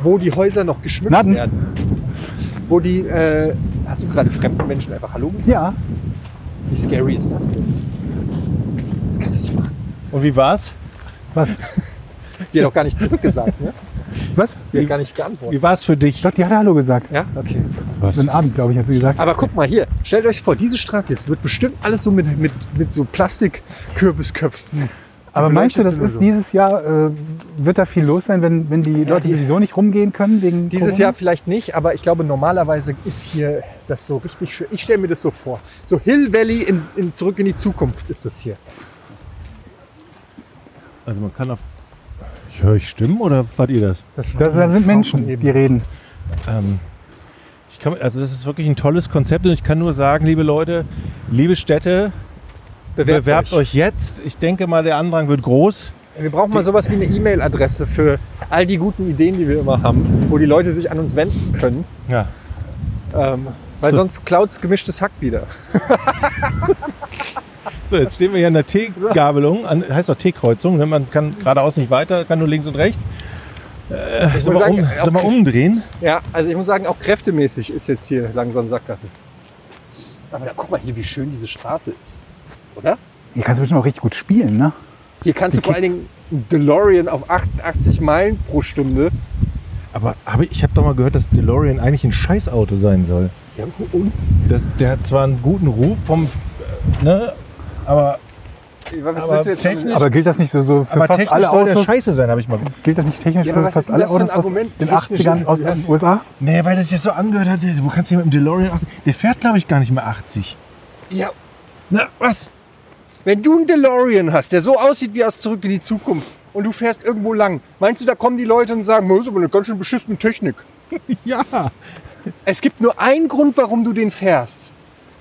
wo die Häuser noch geschmückt Na, n- werden. Wo die. Äh, hast du gerade fremden Menschen einfach Hallo gesagt? Ja, Wie scary ist das denn? Das kannst du nicht machen. Und wie war's? was? Die hat auch gar nicht zurückgesagt, ne? Was? Die hat gar nicht geantwortet. Wie war's für dich? Doch, die hat Hallo gesagt. Ja, okay. So einen Abend, glaube ich, hat sie gesagt. Aber guck mal hier, stellt euch vor, diese Straße jetzt wird bestimmt alles so mit, mit, mit so Plastikkürbisköpfen. Aber meinst du, das Beleuchtet ist sowieso. dieses Jahr, äh, wird da viel los sein, wenn, wenn die Leute die- sowieso nicht rumgehen können wegen Dieses Corona? Jahr vielleicht nicht, aber ich glaube, normalerweise ist hier das so richtig schön. Ich stelle mir das so vor. So Hill Valley in, in Zurück in die Zukunft ist das hier. Also man kann auf. Ich höre ich Stimmen oder wart ihr das? Da, da sind Menschen, die reden. Ähm, ich kann, also das ist wirklich ein tolles Konzept und ich kann nur sagen, liebe Leute, liebe Städte, bewerbt, euch. jetzt. Ich denke mal, der Andrang wird groß. Wir brauchen mal sowas wie eine E-Mail-Adresse für all die guten Ideen, die wir immer haben, wo die Leute sich an uns wenden können. Ja. Ähm, weil So. sonst klaut's gemischtes Hack wieder. So, jetzt stehen wir hier an der T-Gabelung, an, heißt doch T-Kreuzung. ne? Man kann geradeaus nicht weiter, kann nur links und rechts. Äh, soll muss man, um, sagen, soll man umdrehen? Ja, also ich muss sagen, auch kräftemäßig ist jetzt hier langsam Sackgasse. Aber da, guck mal hier, wie schön diese Straße ist. Oder? Hier kannst du bestimmt auch richtig gut spielen, ne? Hier kannst Die du vor allen Kids. Dingen einen DeLorean auf 88 Meilen pro Stunde. Aber, aber ich habe doch mal gehört, dass DeLorean eigentlich ein Scheißauto sein soll. Ja, und? Das, der hat zwar einen guten Ruf vom, äh, ne, aber, Was willst aber du jetzt damit- technisch, Aber gilt das nicht so, so für aber fast technisch alle soll der Autos? scheiße sein, habe ich mal Gilt das nicht technisch Ja, aber für was fast ist denn alle das für ein Autos aus den Argument? Technisch 80ern aus ist- den USA? Nee, weil das jetzt so angehört hat, wo kannst du hier mit dem DeLorean 80? Der fährt, glaube ich, gar nicht mehr 80. Ja, Na, was? wenn du einen DeLorean hast, der so aussieht wie aus Zurück in die Zukunft und du fährst irgendwo lang, meinst du, da kommen die Leute und sagen, das ist aber eine ganz schön beschissene Technik. Ja. Es gibt nur einen Grund, warum du den fährst.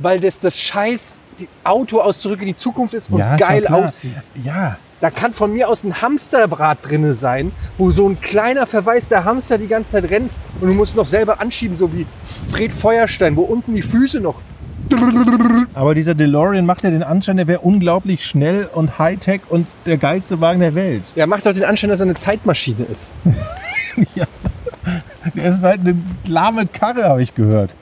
Weil das das scheiß Auto aus Zurück in die Zukunft ist und ja, ist geil doch klar. aussieht. Ja. Da kann von mir aus ein Hamsterrad drinne sein, wo so ein kleiner verwaister Hamster die ganze Zeit rennt und du musst noch selber anschieben, so wie Fred Feuerstein, wo unten die Füße noch. Aber dieser DeLorean macht ja den Anschein, der wäre unglaublich schnell und Hightech und der geilste Wagen der Welt. Ja, macht doch den Anschein, dass er eine Zeitmaschine ist. Es ist halt eine lahme Karre, habe ich gehört.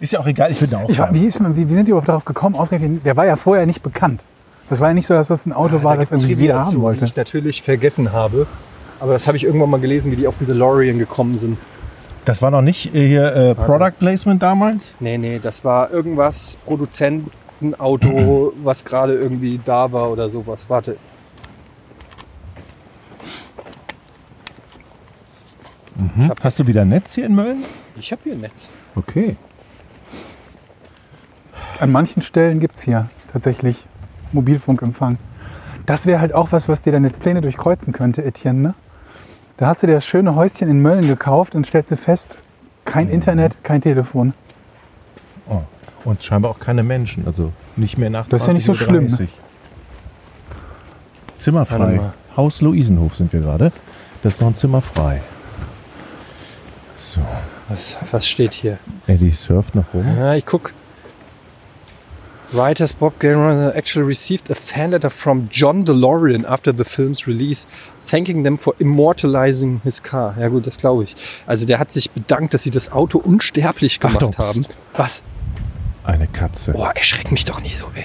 Ist ja auch egal, ich bin da auch Ich, fahren. frag- wie, ist man, wie, wie sind die überhaupt darauf gekommen? Ausgerechnet, der war ja vorher nicht bekannt. Das war ja nicht so, dass das ein Auto war, das irgendwie jeder haben wollte. die ich natürlich vergessen habe. Aber das habe ich irgendwann mal gelesen, wie die auf den DeLorean gekommen sind. Das war noch nicht äh, hier äh, Product Placement damals? Nee, nee, das war irgendwas Produzentenauto, was gerade irgendwie da war oder sowas. Warte. Hast du wieder Netz hier in Mölln? Ich habe hier ein Netz. Okay. An manchen Stellen gibt es hier tatsächlich Mobilfunkempfang. Das wäre halt auch was, was dir deine Pläne durchkreuzen könnte, Etienne. Ne? Da hast du dir das schöne Häuschen in Mölln gekauft und stellst dir fest, kein Internet, kein Telefon. Oh. Und scheinbar auch keine Menschen, also nicht mehr nach Das ist ja nicht so 20:30. schlimm, Zimmer frei. Warte Haus Luisenhof sind wir gerade. Das ist noch ein Zimmer frei. So, Was, was steht hier? Eddie surft nach oben. Ja, ich guck. Writers Bob Gilmore actually received a fan letter from John DeLorean after the film's release, thanking them for immortalizing his car. Ja gut, das glaube ich. Also der hat sich bedankt, dass sie das Auto unsterblich gemacht Achtung, psst. haben. Was? Eine Katze. Boah, erschreck mich doch nicht so, ey.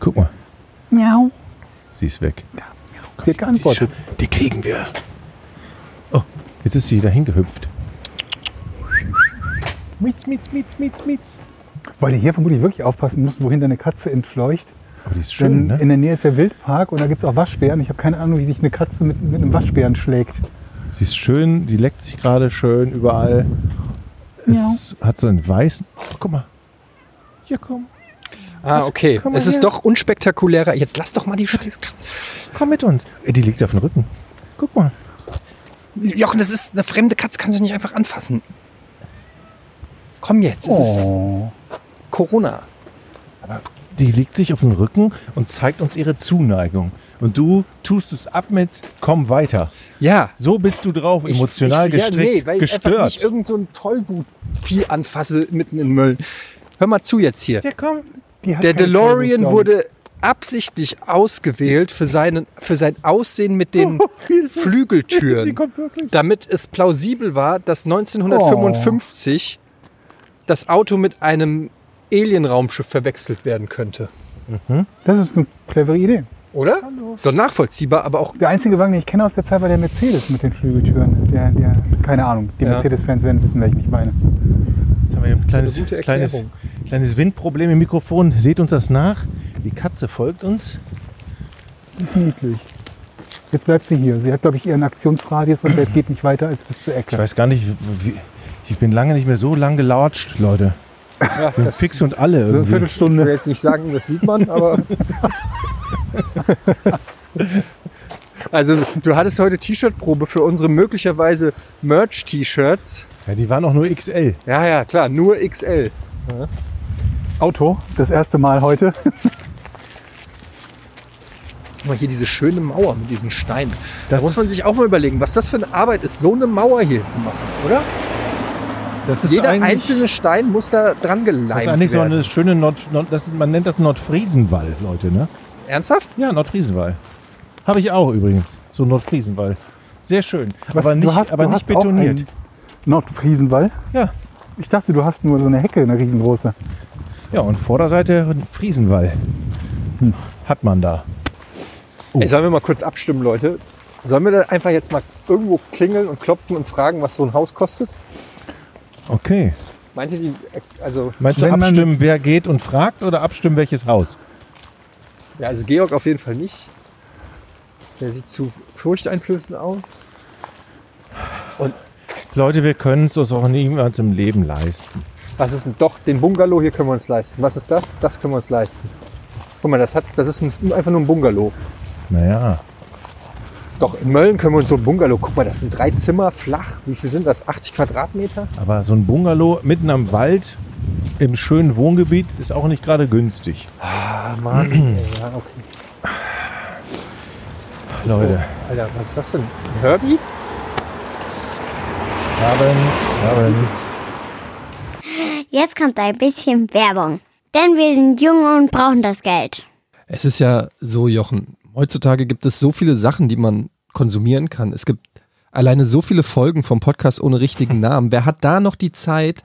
Guck mal, Miau. sie ist weg. Wird geantwortet. Die kriegen wir. Oh, jetzt ist sie dahin gehüpft. Mietz, mietz, mietz, mietz, mietz. Weil die hier vermutlich wirklich aufpassen mussten, wohin deine Katze entfleucht. Aber die ist Denn schön, ne? in der Nähe ist der Wildpark und da gibt es auch Waschbären. Ich habe keine Ahnung, wie sich eine Katze mit, mit einem Waschbären schlägt. Sie ist schön, die leckt sich gerade schön überall. Es hat so einen weißen. Oh, guck mal. Hier, komm. Ah, okay. Komm mal Es ist her. doch unspektakulärer. Jetzt lass doch mal die Scheißkatze. Komm mit uns. Äh, Die liegt auf dem Rücken. Guck mal. Jochen, das ist eine fremde Katze, kannst du nicht einfach anfassen. Komm jetzt, es Oh. ist Corona. Die liegt sich auf den Rücken und zeigt uns ihre Zuneigung. Und du tust es ab mit, komm weiter. Ja. So bist du drauf, emotional ich, ich, gestrickt, Ja, nee, weil ich einfach gestört. nicht irgend so ein Tollwutvieh anfasse mitten in Müll. Hör mal zu jetzt hier. Die hat Der keine DeLorean Ahnung, wurde absichtlich ausgewählt für, seinen, für sein Aussehen mit den Oh, Flügeltüren, damit es plausibel war, dass 1955 das Auto mit einem Alien-Raumschiff verwechselt werden könnte. Das ist eine clevere Idee. Oder? So nachvollziehbar, aber auch Der einzige Wagen, den ich kenne aus der Zeit, war der Mercedes mit den Flügeltüren. Der, der, keine Ahnung. Die Ja. Mercedes-Fans werden wissen, welchen ich meine. Jetzt haben wir hier ein eine kleines, gute kleines, Erklärung. kleines Windproblem im Mikrofon. Seht uns das nach. Die Katze folgt uns. Niedlich. Jetzt bleibt sie hier. Sie hat, glaube ich, ihren Aktionsradius und der geht nicht weiter als bis zur Ich Ecke. weiß gar nicht, wie, ich bin lange nicht mehr so lang gelatscht, Leute. Ich bin fix und alle So Also eine irgendwie. Ich will Viertelstunde. jetzt nicht sagen, das sieht man, aber. also, du hattest heute T-Shirt-Probe für unsere möglicherweise Merch-T-Shirts. Ja, die waren auch nur XL. Ja, ja, klar, nur XL. Auto, das erste Mal heute. Guck mal hier diese schöne Mauer mit diesen Steinen. Das da muss man ist- sich auch mal überlegen, was das für eine Arbeit ist, so eine Mauer hier zu machen, oder? Das ist Jeder eigentlich, einzelne Stein muss da dran das geleimt ist eigentlich so werden. eine schöne Nord, Nord das ist, man nennt das Nordfriesenwall, Leute, ne? Ernsthaft? Ja, Nordfriesenwall. Habe ich auch übrigens. So Nordfriesenwall. Sehr schön. Was, aber du nicht, hast- aber du nicht hast auch betoniert. einen Nordfriesenwall? Ja. Ich dachte, du hast nur so eine Hecke, eine riesengroße. Ja, und Vorderseite Friesenwall. Hm. Hat man da. Ey, sollen wir mal kurz abstimmen, Leute? Sollen wir da einfach jetzt mal irgendwo klingeln und klopfen und fragen, was so ein Haus kostet? Okay. Meint ihr, die, also Meinst du Wenn man- abstimmen, wer geht und fragt oder abstimmen, welches Haus? Ja, also Georg auf jeden Fall nicht. Der sieht zu furchteinflößend aus. Leute, wir können es uns auch niemals im Leben leisten. Was ist denn doch? Den Bungalow hier können wir uns leisten. Was ist das? Das können wir uns leisten. Guck mal, das, hat, das ist ein, einfach nur ein Bungalow. Naja, Doch, in Mölln können wir uns so ein Bungalow. Guck mal, das sind drei Zimmer flach. Wie viel sind das? 80 Quadratmeter? aber so ein Bungalow mitten am Wald im schönen Wohngebiet ist auch nicht gerade günstig. Ah, Mann. ey, ja, okay. Das ist Leute. so- Alter, was ist das denn? Ein Herbie? Abend, Abend. Jetzt kommt ein bisschen Werbung. Denn wir sind jung und brauchen das Geld. Es ist ja so, Jochen, heutzutage gibt es so viele Sachen, die man konsumieren kann. Es gibt alleine so viele Folgen vom Podcast ohne richtigen Namen. Wer hat da noch die Zeit,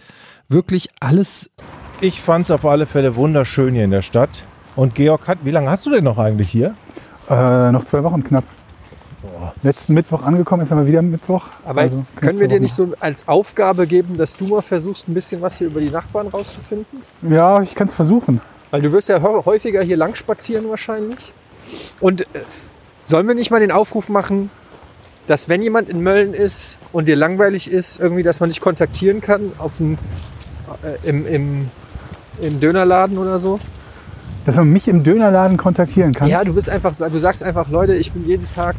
wirklich alles Ich fand es auf alle Fälle wunderschön hier in der Stadt. Und Georg hat, wie lange hast du denn noch eigentlich hier? Äh, noch zwei Wochen knapp. Letzten Mittwoch angekommen, jetzt haben wir wieder Mittwoch. Aber Also, können nächste wir dir Woche nicht so als Aufgabe geben, dass du mal versuchst, ein bisschen was hier über die Nachbarn rauszufinden? noch. Ja, ich kann es versuchen. Weil du wirst ja hä- häufiger hier lang spazieren wahrscheinlich. Und äh, sollen wir nicht mal den Aufruf machen, dass wenn jemand in Mölln ist und dir langweilig ist, irgendwie, dass man dich kontaktieren kann auf dem, äh, im, im, im Dönerladen oder so? Dass man mich im Dönerladen kontaktieren kann. Ja, du bist einfach, du sagst einfach, Leute, ich bin jeden Tag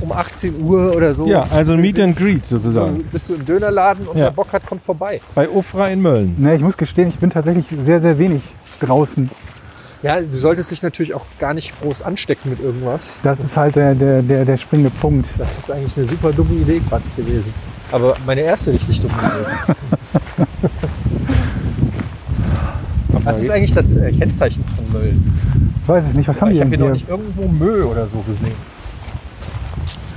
um 18 Uhr oder so. Ja, also Meet and Greet so sozusagen. bist du im Dönerladen und Ja. wer Bock hat, kommt vorbei. Bei Ufra in Mölln. Ne, Nee, ich muss gestehen, ich bin tatsächlich sehr, sehr wenig draußen. Ja, du solltest dich natürlich auch gar nicht groß anstecken mit irgendwas. Das ist halt der, der, der, der springende Punkt. Das ist eigentlich eine super dumme Idee gerade gewesen. Aber meine erste richtig dumme Idee. Was ist eigentlich das äh, Kennzeichen von Müll? Ich weiß es nicht, was haben Weil die ich habe denn hier noch hier? nicht irgendwo Müll oder so gesehen.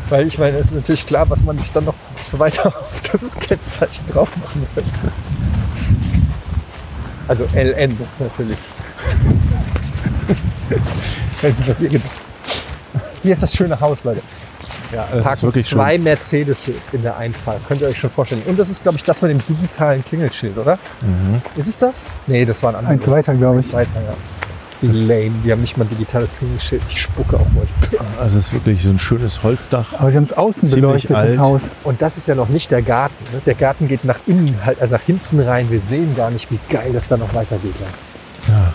Weil ich meine, es ist natürlich klar, was man sich dann noch weiter auf das Kennzeichen drauf machen will. Also LN natürlich. Weiß nicht, was ihr gedacht Hier ist das schöne Haus, Leute. Ja, Da parken zwei Mercedes in der Einfahrt. Könnt ihr euch schon vorstellen. Und das ist, glaube ich, das mit dem digitalen Klingelschild, oder? Ist es das? Nee, das war ein Eins anderes. weiter, glaube ich. Weiter, ja. Die Lame, die haben nicht mal ein digitales Klingelschild. Ich spucke auf euch. Also es ist wirklich so ein schönes Holzdach. Aber sie haben es außen Ziemlich beleuchtet, alt. das Haus. Und das ist ja noch nicht der Garten. Ne? Der Garten geht nach innen, halt, also nach hinten rein. Wir sehen gar nicht, wie geil das da noch weitergeht. Ja.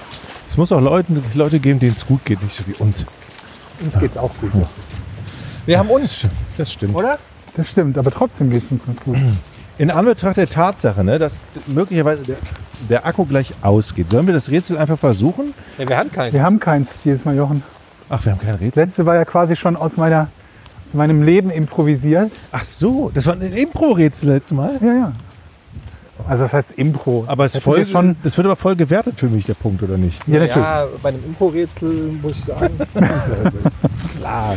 Es muss auch Leuten, Leute geben, denen es gut geht, nicht so wie uns. Uns geht's auch gut. Wir haben uns, Das stimmt. oder? Das stimmt, aber trotzdem geht es uns ganz gut. In Anbetracht der Tatsache, ne, dass möglicherweise der, der Akku gleich ausgeht, sollen wir das Rätsel einfach versuchen? Ja, wir haben keinen. Wir haben keins jedes Mal, Jochen. Ach, wir haben kein Das Rätsel. letzte war ja quasi schon aus, meiner, aus meinem Leben improvisiert. Ach so, das war ein Impro-Rätsel letztes Mal. Ja, ja. Also das heißt Impro. Aber es, Hätten voll, wir schon. es wird aber voll gewertet für mich, der Punkt, oder nicht? Ja, natürlich. Ja, bei einem Info-Rätsel muss ich sagen. Klar.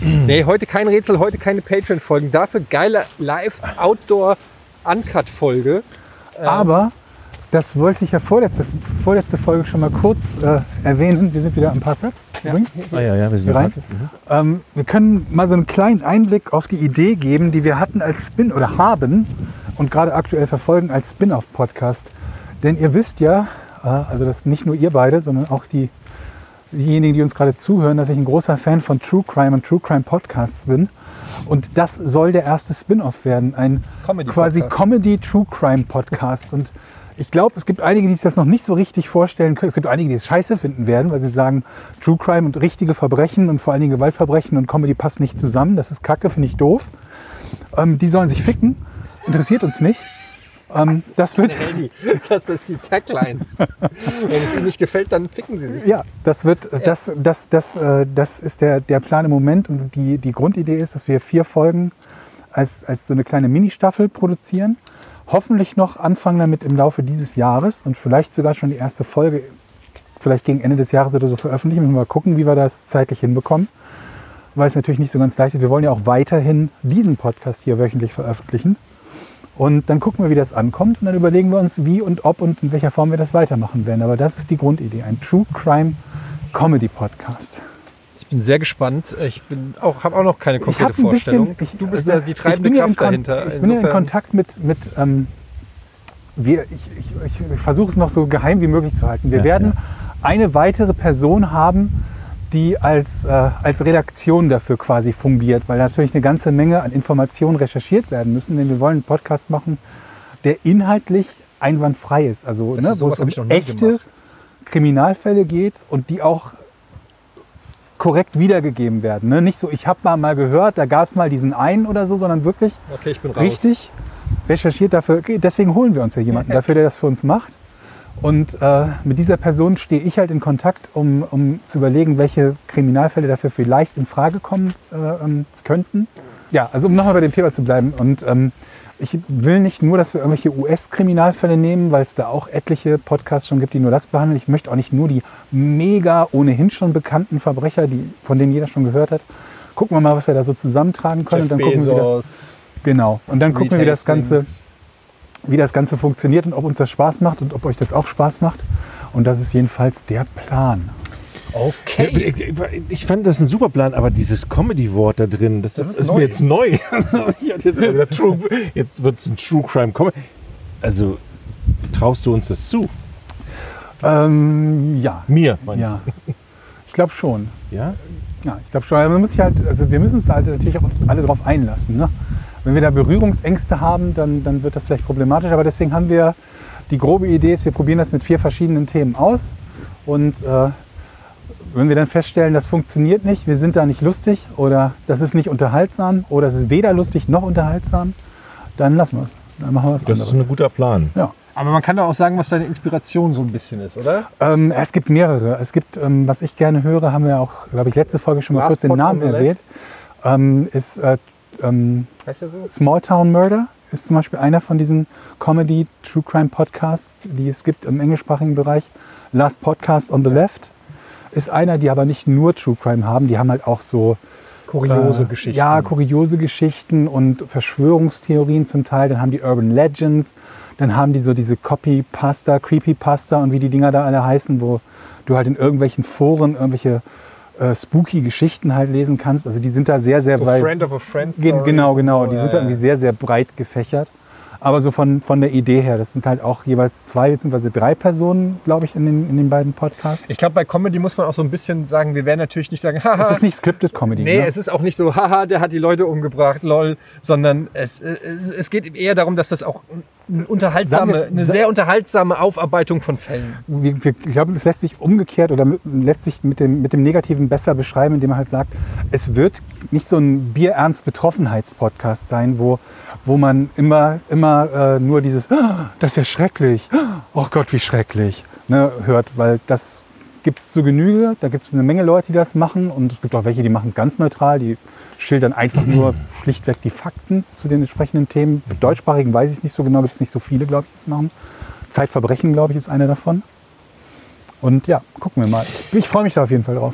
Nee, heute kein Rätsel, heute keine Patreon-Folgen. Dafür geile Live-Outdoor-Uncut-Folge. Aber das wollte ich ja vorletzte, vorletzte Folge schon mal kurz äh, erwähnen. Wir sind wieder am Parkplatz übrigens. Ah ja, ja, Mhm. wir sind Hier rein. am Haken. Ähm, wir können mal so einen kleinen Einblick auf die Idee geben, die wir hatten als Spin oder haben und gerade aktuell verfolgen als Spin-off-Podcast. Denn ihr wisst ja, äh, also das nicht nur ihr beide, sondern auch die, diejenigen, die uns gerade zuhören, dass ich ein großer Fan von True Crime und True Crime Podcasts bin. Und das soll der erste Spin-off werden, ein Comedy-Podcast. quasi Comedy True Crime Podcast. Und ich glaube, es gibt einige, die sich das noch nicht so richtig vorstellen können. Es gibt einige, die es scheiße finden werden, weil sie sagen, True Crime und richtige Verbrechen und vor allen Dingen Gewaltverbrechen und Comedy passt nicht zusammen. Das ist Kacke, finde ich doof. Ähm, die sollen sich ficken. Interessiert uns nicht. Ähm, das wird, Handy. Das ist die Tagline. Wenn es ihnen nicht gefällt, dann ficken sie sich. Ja, das wird, das, das, das, äh, das ist der, der Plan im Moment. Und die, die Grundidee ist, dass wir vier Folgen als, als so eine kleine Mini-Staffel produzieren. Hoffentlich noch anfangen damit im Laufe dieses Jahres und vielleicht sogar schon die erste Folge, vielleicht gegen Ende des Jahres oder so veröffentlichen. Müssen wir mal gucken, wie wir das zeitlich hinbekommen. Weil es natürlich nicht so ganz leicht ist. Wir wollen ja auch weiterhin diesen Podcast hier wöchentlich veröffentlichen. Und dann gucken wir, wie das ankommt und dann überlegen wir uns, wie und ob und in welcher Form wir das weitermachen werden. Aber das ist die Grundidee, ein True Crime Comedy Podcast. Ich bin sehr gespannt. Ich bin auch, habe auch noch keine Ich hab ein bisschen, ich, du bist ja also, die ich bin treibende ja Kraft in Kon- dahinter. Ich bin ja in Insofern- Kontakt mit, mit ähm, wir, ich, ich, ich, ich versuche es noch so geheim wie möglich zu halten. Wir werden eine weitere Person haben, die als, äh, als Redaktion dafür quasi fungiert, weil natürlich eine ganze Menge an Informationen recherchiert werden müssen, denn wir wollen einen Podcast machen, der inhaltlich einwandfrei ist. Also, Das ne, ist- wo sowas es um hab ich noch nie echte gemacht. Kriminalfälle geht und die auch korrekt wiedergegeben werden. Ne? Nicht so, ich habe mal, mal gehört, da gab es mal diesen einen oder so, sondern wirklich Okay, ich bin raus. richtig recherchiert dafür. Deswegen holen wir uns ja jemanden dafür, der das für uns macht. Und äh, mit dieser Person stehe ich halt in Kontakt, um, um zu überlegen, welche Kriminalfälle dafür vielleicht in Frage kommen äh, ähm, könnten. Ja, also um nochmal bei dem Thema zu bleiben. Und ähm, ich will nicht nur, dass wir irgendwelche US-Kriminalfälle nehmen, weil es da auch etliche Podcasts schon gibt, die nur das behandeln. Ich möchte auch nicht nur die mega ohnehin schon bekannten Verbrecher, die, von denen jeder schon gehört hat. Gucken wir mal, was wir da so zusammentragen können. Jeff und dann gucken wir, wie das, Bezos, Genau. Und dann gucken wir, wie das, Reed Ganze, Hastings. wie das Ganze funktioniert und ob uns das Spaß macht und ob euch das auch Spaß macht. Und das ist jedenfalls der Plan. Okay. Ich- Ich fand das ein super Plan, aber dieses Comedy-Wort da drin, das, ist, ist mir jetzt neu. Ich hatte jetzt, mal gedacht, True, jetzt wird es ein True Crime Comedy. Also traust du uns das zu? Ähm, ja. Mir, meine Ja. Ich glaube schon. ich. Ja? Ja, ich glaube schon. Aber Man muss sich halt, also wir müssen uns da halt natürlich auch alle drauf einlassen. Ne? Wenn wir da Berührungsängste haben, dann, dann wird das vielleicht problematisch. Aber deswegen haben wir die grobe Idee, ist, wir probieren das mit vier verschiedenen Themen aus. Und äh, wenn wir dann feststellen, das funktioniert nicht, wir sind da nicht lustig oder das ist nicht unterhaltsam oder es ist weder lustig noch unterhaltsam, dann lassen wir es. Dann machen wir was Das ist ein anderes. guter Plan. Ja. Aber man kann doch auch sagen, was deine Inspiration so ein bisschen ist, oder? Ähm, es gibt mehrere. Es gibt, ähm, was ich gerne höre, haben wir auch, glaube ich, letzte Folge schon mal Last kurz den Pod Namen on the erwähnt. Ähm, ist äh, ähm, Heißt ja so. Small Town Murder ist zum Beispiel einer von diesen Comedy True Crime Podcasts, die es gibt im englischsprachigen Bereich. Last Podcast on the Left ist einer, die aber nicht nur True Crime haben, die haben halt auch so Kuriose äh, Geschichten. Ja, kuriose Geschichten und Verschwörungstheorien zum Teil. Dann haben die Urban Legends. Dann haben die so diese Copy-Pasta, Creepy-Pasta und wie die Dinger da alle heißen, wo du halt in irgendwelchen Foren irgendwelche äh, spooky Geschichten halt lesen kannst. Also die sind da sehr, sehr So weit. Friend of a Friend Ge- Stories Genau, und genau. so, Die ja, sind ja. da irgendwie sehr, sehr breit gefächert. Aber so von, von der Idee her, das sind halt auch jeweils zwei bzw. drei Personen, glaube ich, in den, in den beiden Podcasts. Ich glaube, bei Comedy muss man auch so ein bisschen sagen, wir werden natürlich nicht sagen, haha. es ist nicht Scripted Comedy. Nee, ne? es ist auch nicht so, haha, der hat die Leute umgebracht, lol, sondern es, äh, es, es geht eher darum, dass das auch eine Sagen unterhaltsame, wir's- eine sehr unterhaltsame Aufarbeitung von Fällen. wir, wir, ich glaube, es lässt sich umgekehrt oder mit- lässt sich mit dem, mit dem Negativen besser beschreiben, indem man halt sagt, es wird nicht so ein Bierernst-Betroffenheits-Podcast sein, wo, wo man immer, immer äh, nur dieses, "Ah, das ist ja schrecklich, oh Gott, wie schrecklich, ne, hört, weil das gibt es zu Genüge. Da gibt es eine Menge Leute, die das machen und es gibt auch welche, die machen es ganz neutral, die schildern einfach nur schlichtweg die Fakten zu den entsprechenden Themen. Deutschsprachigen weiß ich nicht so genau, gibt es nicht so viele, glaube ich, die das machen. Zeitverbrechen, glaube ich, ist eine davon. Und ja, gucken wir mal. Ich, ich freue mich da auf jeden Fall drauf.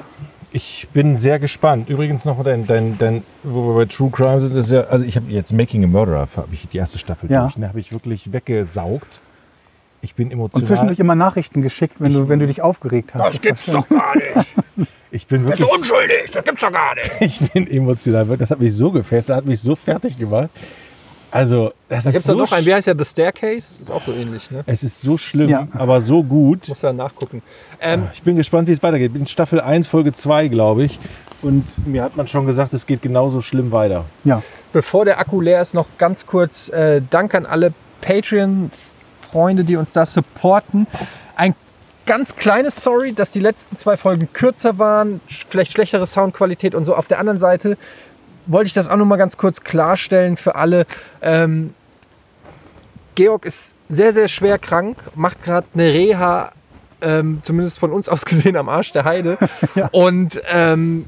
Ich bin sehr gespannt. Übrigens nochmal dein, dein, dein, wo wir bei True Crime sind, ist ja, also ich habe jetzt Making a Murderer, habe ich die erste Staffel Ja. durch, ne, habe ich wirklich weggesaugt. Ich bin Und emotional. zwischendurch immer Nachrichten geschickt, wenn, du, wenn du dich aufgeregt hast. Das gibt's doch. Ich bin wirklich. Also Das ist unschuldig, das gibt's doch gar nicht. Ich bin emotional, wirklich, das hat mich so gefesselt, hat mich so fertig gemacht. Also, das Da ist gibt es so noch einen, sch- wie heißt der, The Staircase? Ist auch so ähnlich, ne? Es ist so schlimm, Ja. aber so gut. Muss ja nachgucken. Ähm, Ich bin gespannt, wie es weitergeht. In Staffel 1, Folge 2, glaube ich. Und mir hat man schon gesagt, es geht genauso schlimm weiter. Ja. bevor der Akku leer ist, noch ganz kurz äh, Dank an alle Patreon-Freunde, die uns da supporten. Ein ganz kleines Sorry, dass die letzten zwei Folgen kürzer waren, sch- vielleicht schlechtere Soundqualität und so. Auf der anderen Seite wollte ich das auch noch mal ganz kurz klarstellen für alle. Ähm, Georg ist sehr, sehr schwer krank, macht gerade eine Reha, ähm, zumindest von uns aus gesehen, am Arsch der Heide. Und ähm,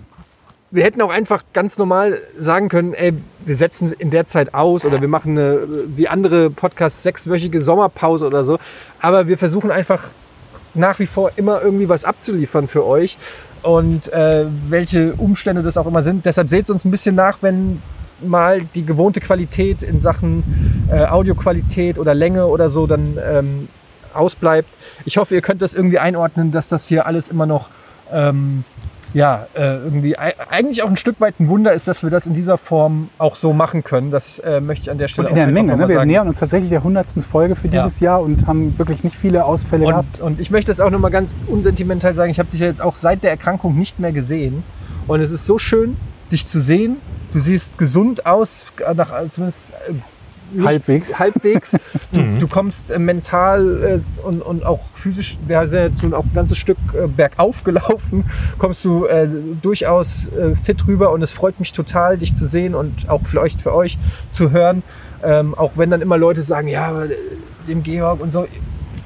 wir hätten auch einfach ganz normal sagen können, ey, wir setzen in der Zeit aus oder wir machen eine, wie andere Podcasts, sechswöchige Sommerpause oder so. Aber wir versuchen einfach nach wie vor immer irgendwie was abzuliefern für euch. Und äh, welche Umstände das auch immer sind. Deshalb seht uns ein bisschen nach, wenn mal die gewohnte Qualität in Sachen äh, Audioqualität oder Länge oder so dann ähm, ausbleibt. Ich hoffe, ihr könnt das irgendwie einordnen, dass das hier alles immer noch ähm, ja, äh, irgendwie ei- eigentlich auch ein Stück weit ein Wunder ist, dass wir das in dieser Form auch so machen können. Das äh, möchte ich an der Und Stelle in der auch einfach Menge. noch mal Ne? Wir sagen. nähern uns tatsächlich der hundertsten Folge für Ja. dieses Jahr und haben wirklich nicht viele Ausfälle gehabt. Und, und ich möchte das auch nochmal ganz unsentimental sagen. Ich habe dich ja jetzt auch seit der Erkrankung nicht mehr gesehen. Und es ist so schön, dich zu sehen. Du siehst gesund aus, nach, zumindest äh, nicht- Halbwegs. halbwegs. Du, du kommst äh, mental äh, und, und auch physisch, wir sind jetzt nun auch ein ganzes Stück äh, bergauf gelaufen, kommst du äh, durchaus äh, fit rüber und es freut mich total, dich zu sehen und auch vielleicht für euch zu hören. Ähm, auch wenn dann immer Leute sagen, ja, aber, äh, dem Georg und so.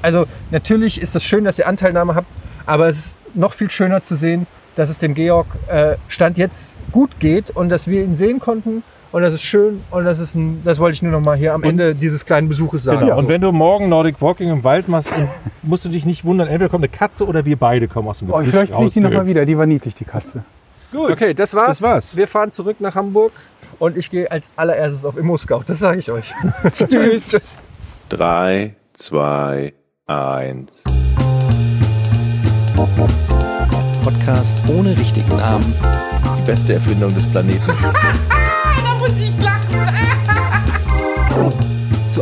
Also natürlich ist das schön, dass ihr Anteilnahme habt, aber es ist noch viel schöner zu sehen, dass es dem Georg äh, Stand jetzt gut geht und dass wir ihn sehen konnten. Und das ist schön und das ist ein, das wollte ich nur noch mal hier am Ende dieses kleinen Besuches sagen. Genau. Und wenn du morgen Nordic Walking im Wald machst, dann musst du dich nicht wundern, entweder kommt eine Katze oder wir beide kommen aus dem Oh, Gebüsch vielleicht kriege ich die nochmal rausgehüpft. wieder. Die war niedlich, die Katze. Gut. Okay, das war's. Das war's. Wir fahren zurück nach Hamburg und ich gehe als allererstes auf Immo Scout. Das sage ich euch. Tschüss. 3, 2, 1. Podcast ohne richtigen Namen. Die beste Erfindung des Planeten. Da muss ich lachen. Zu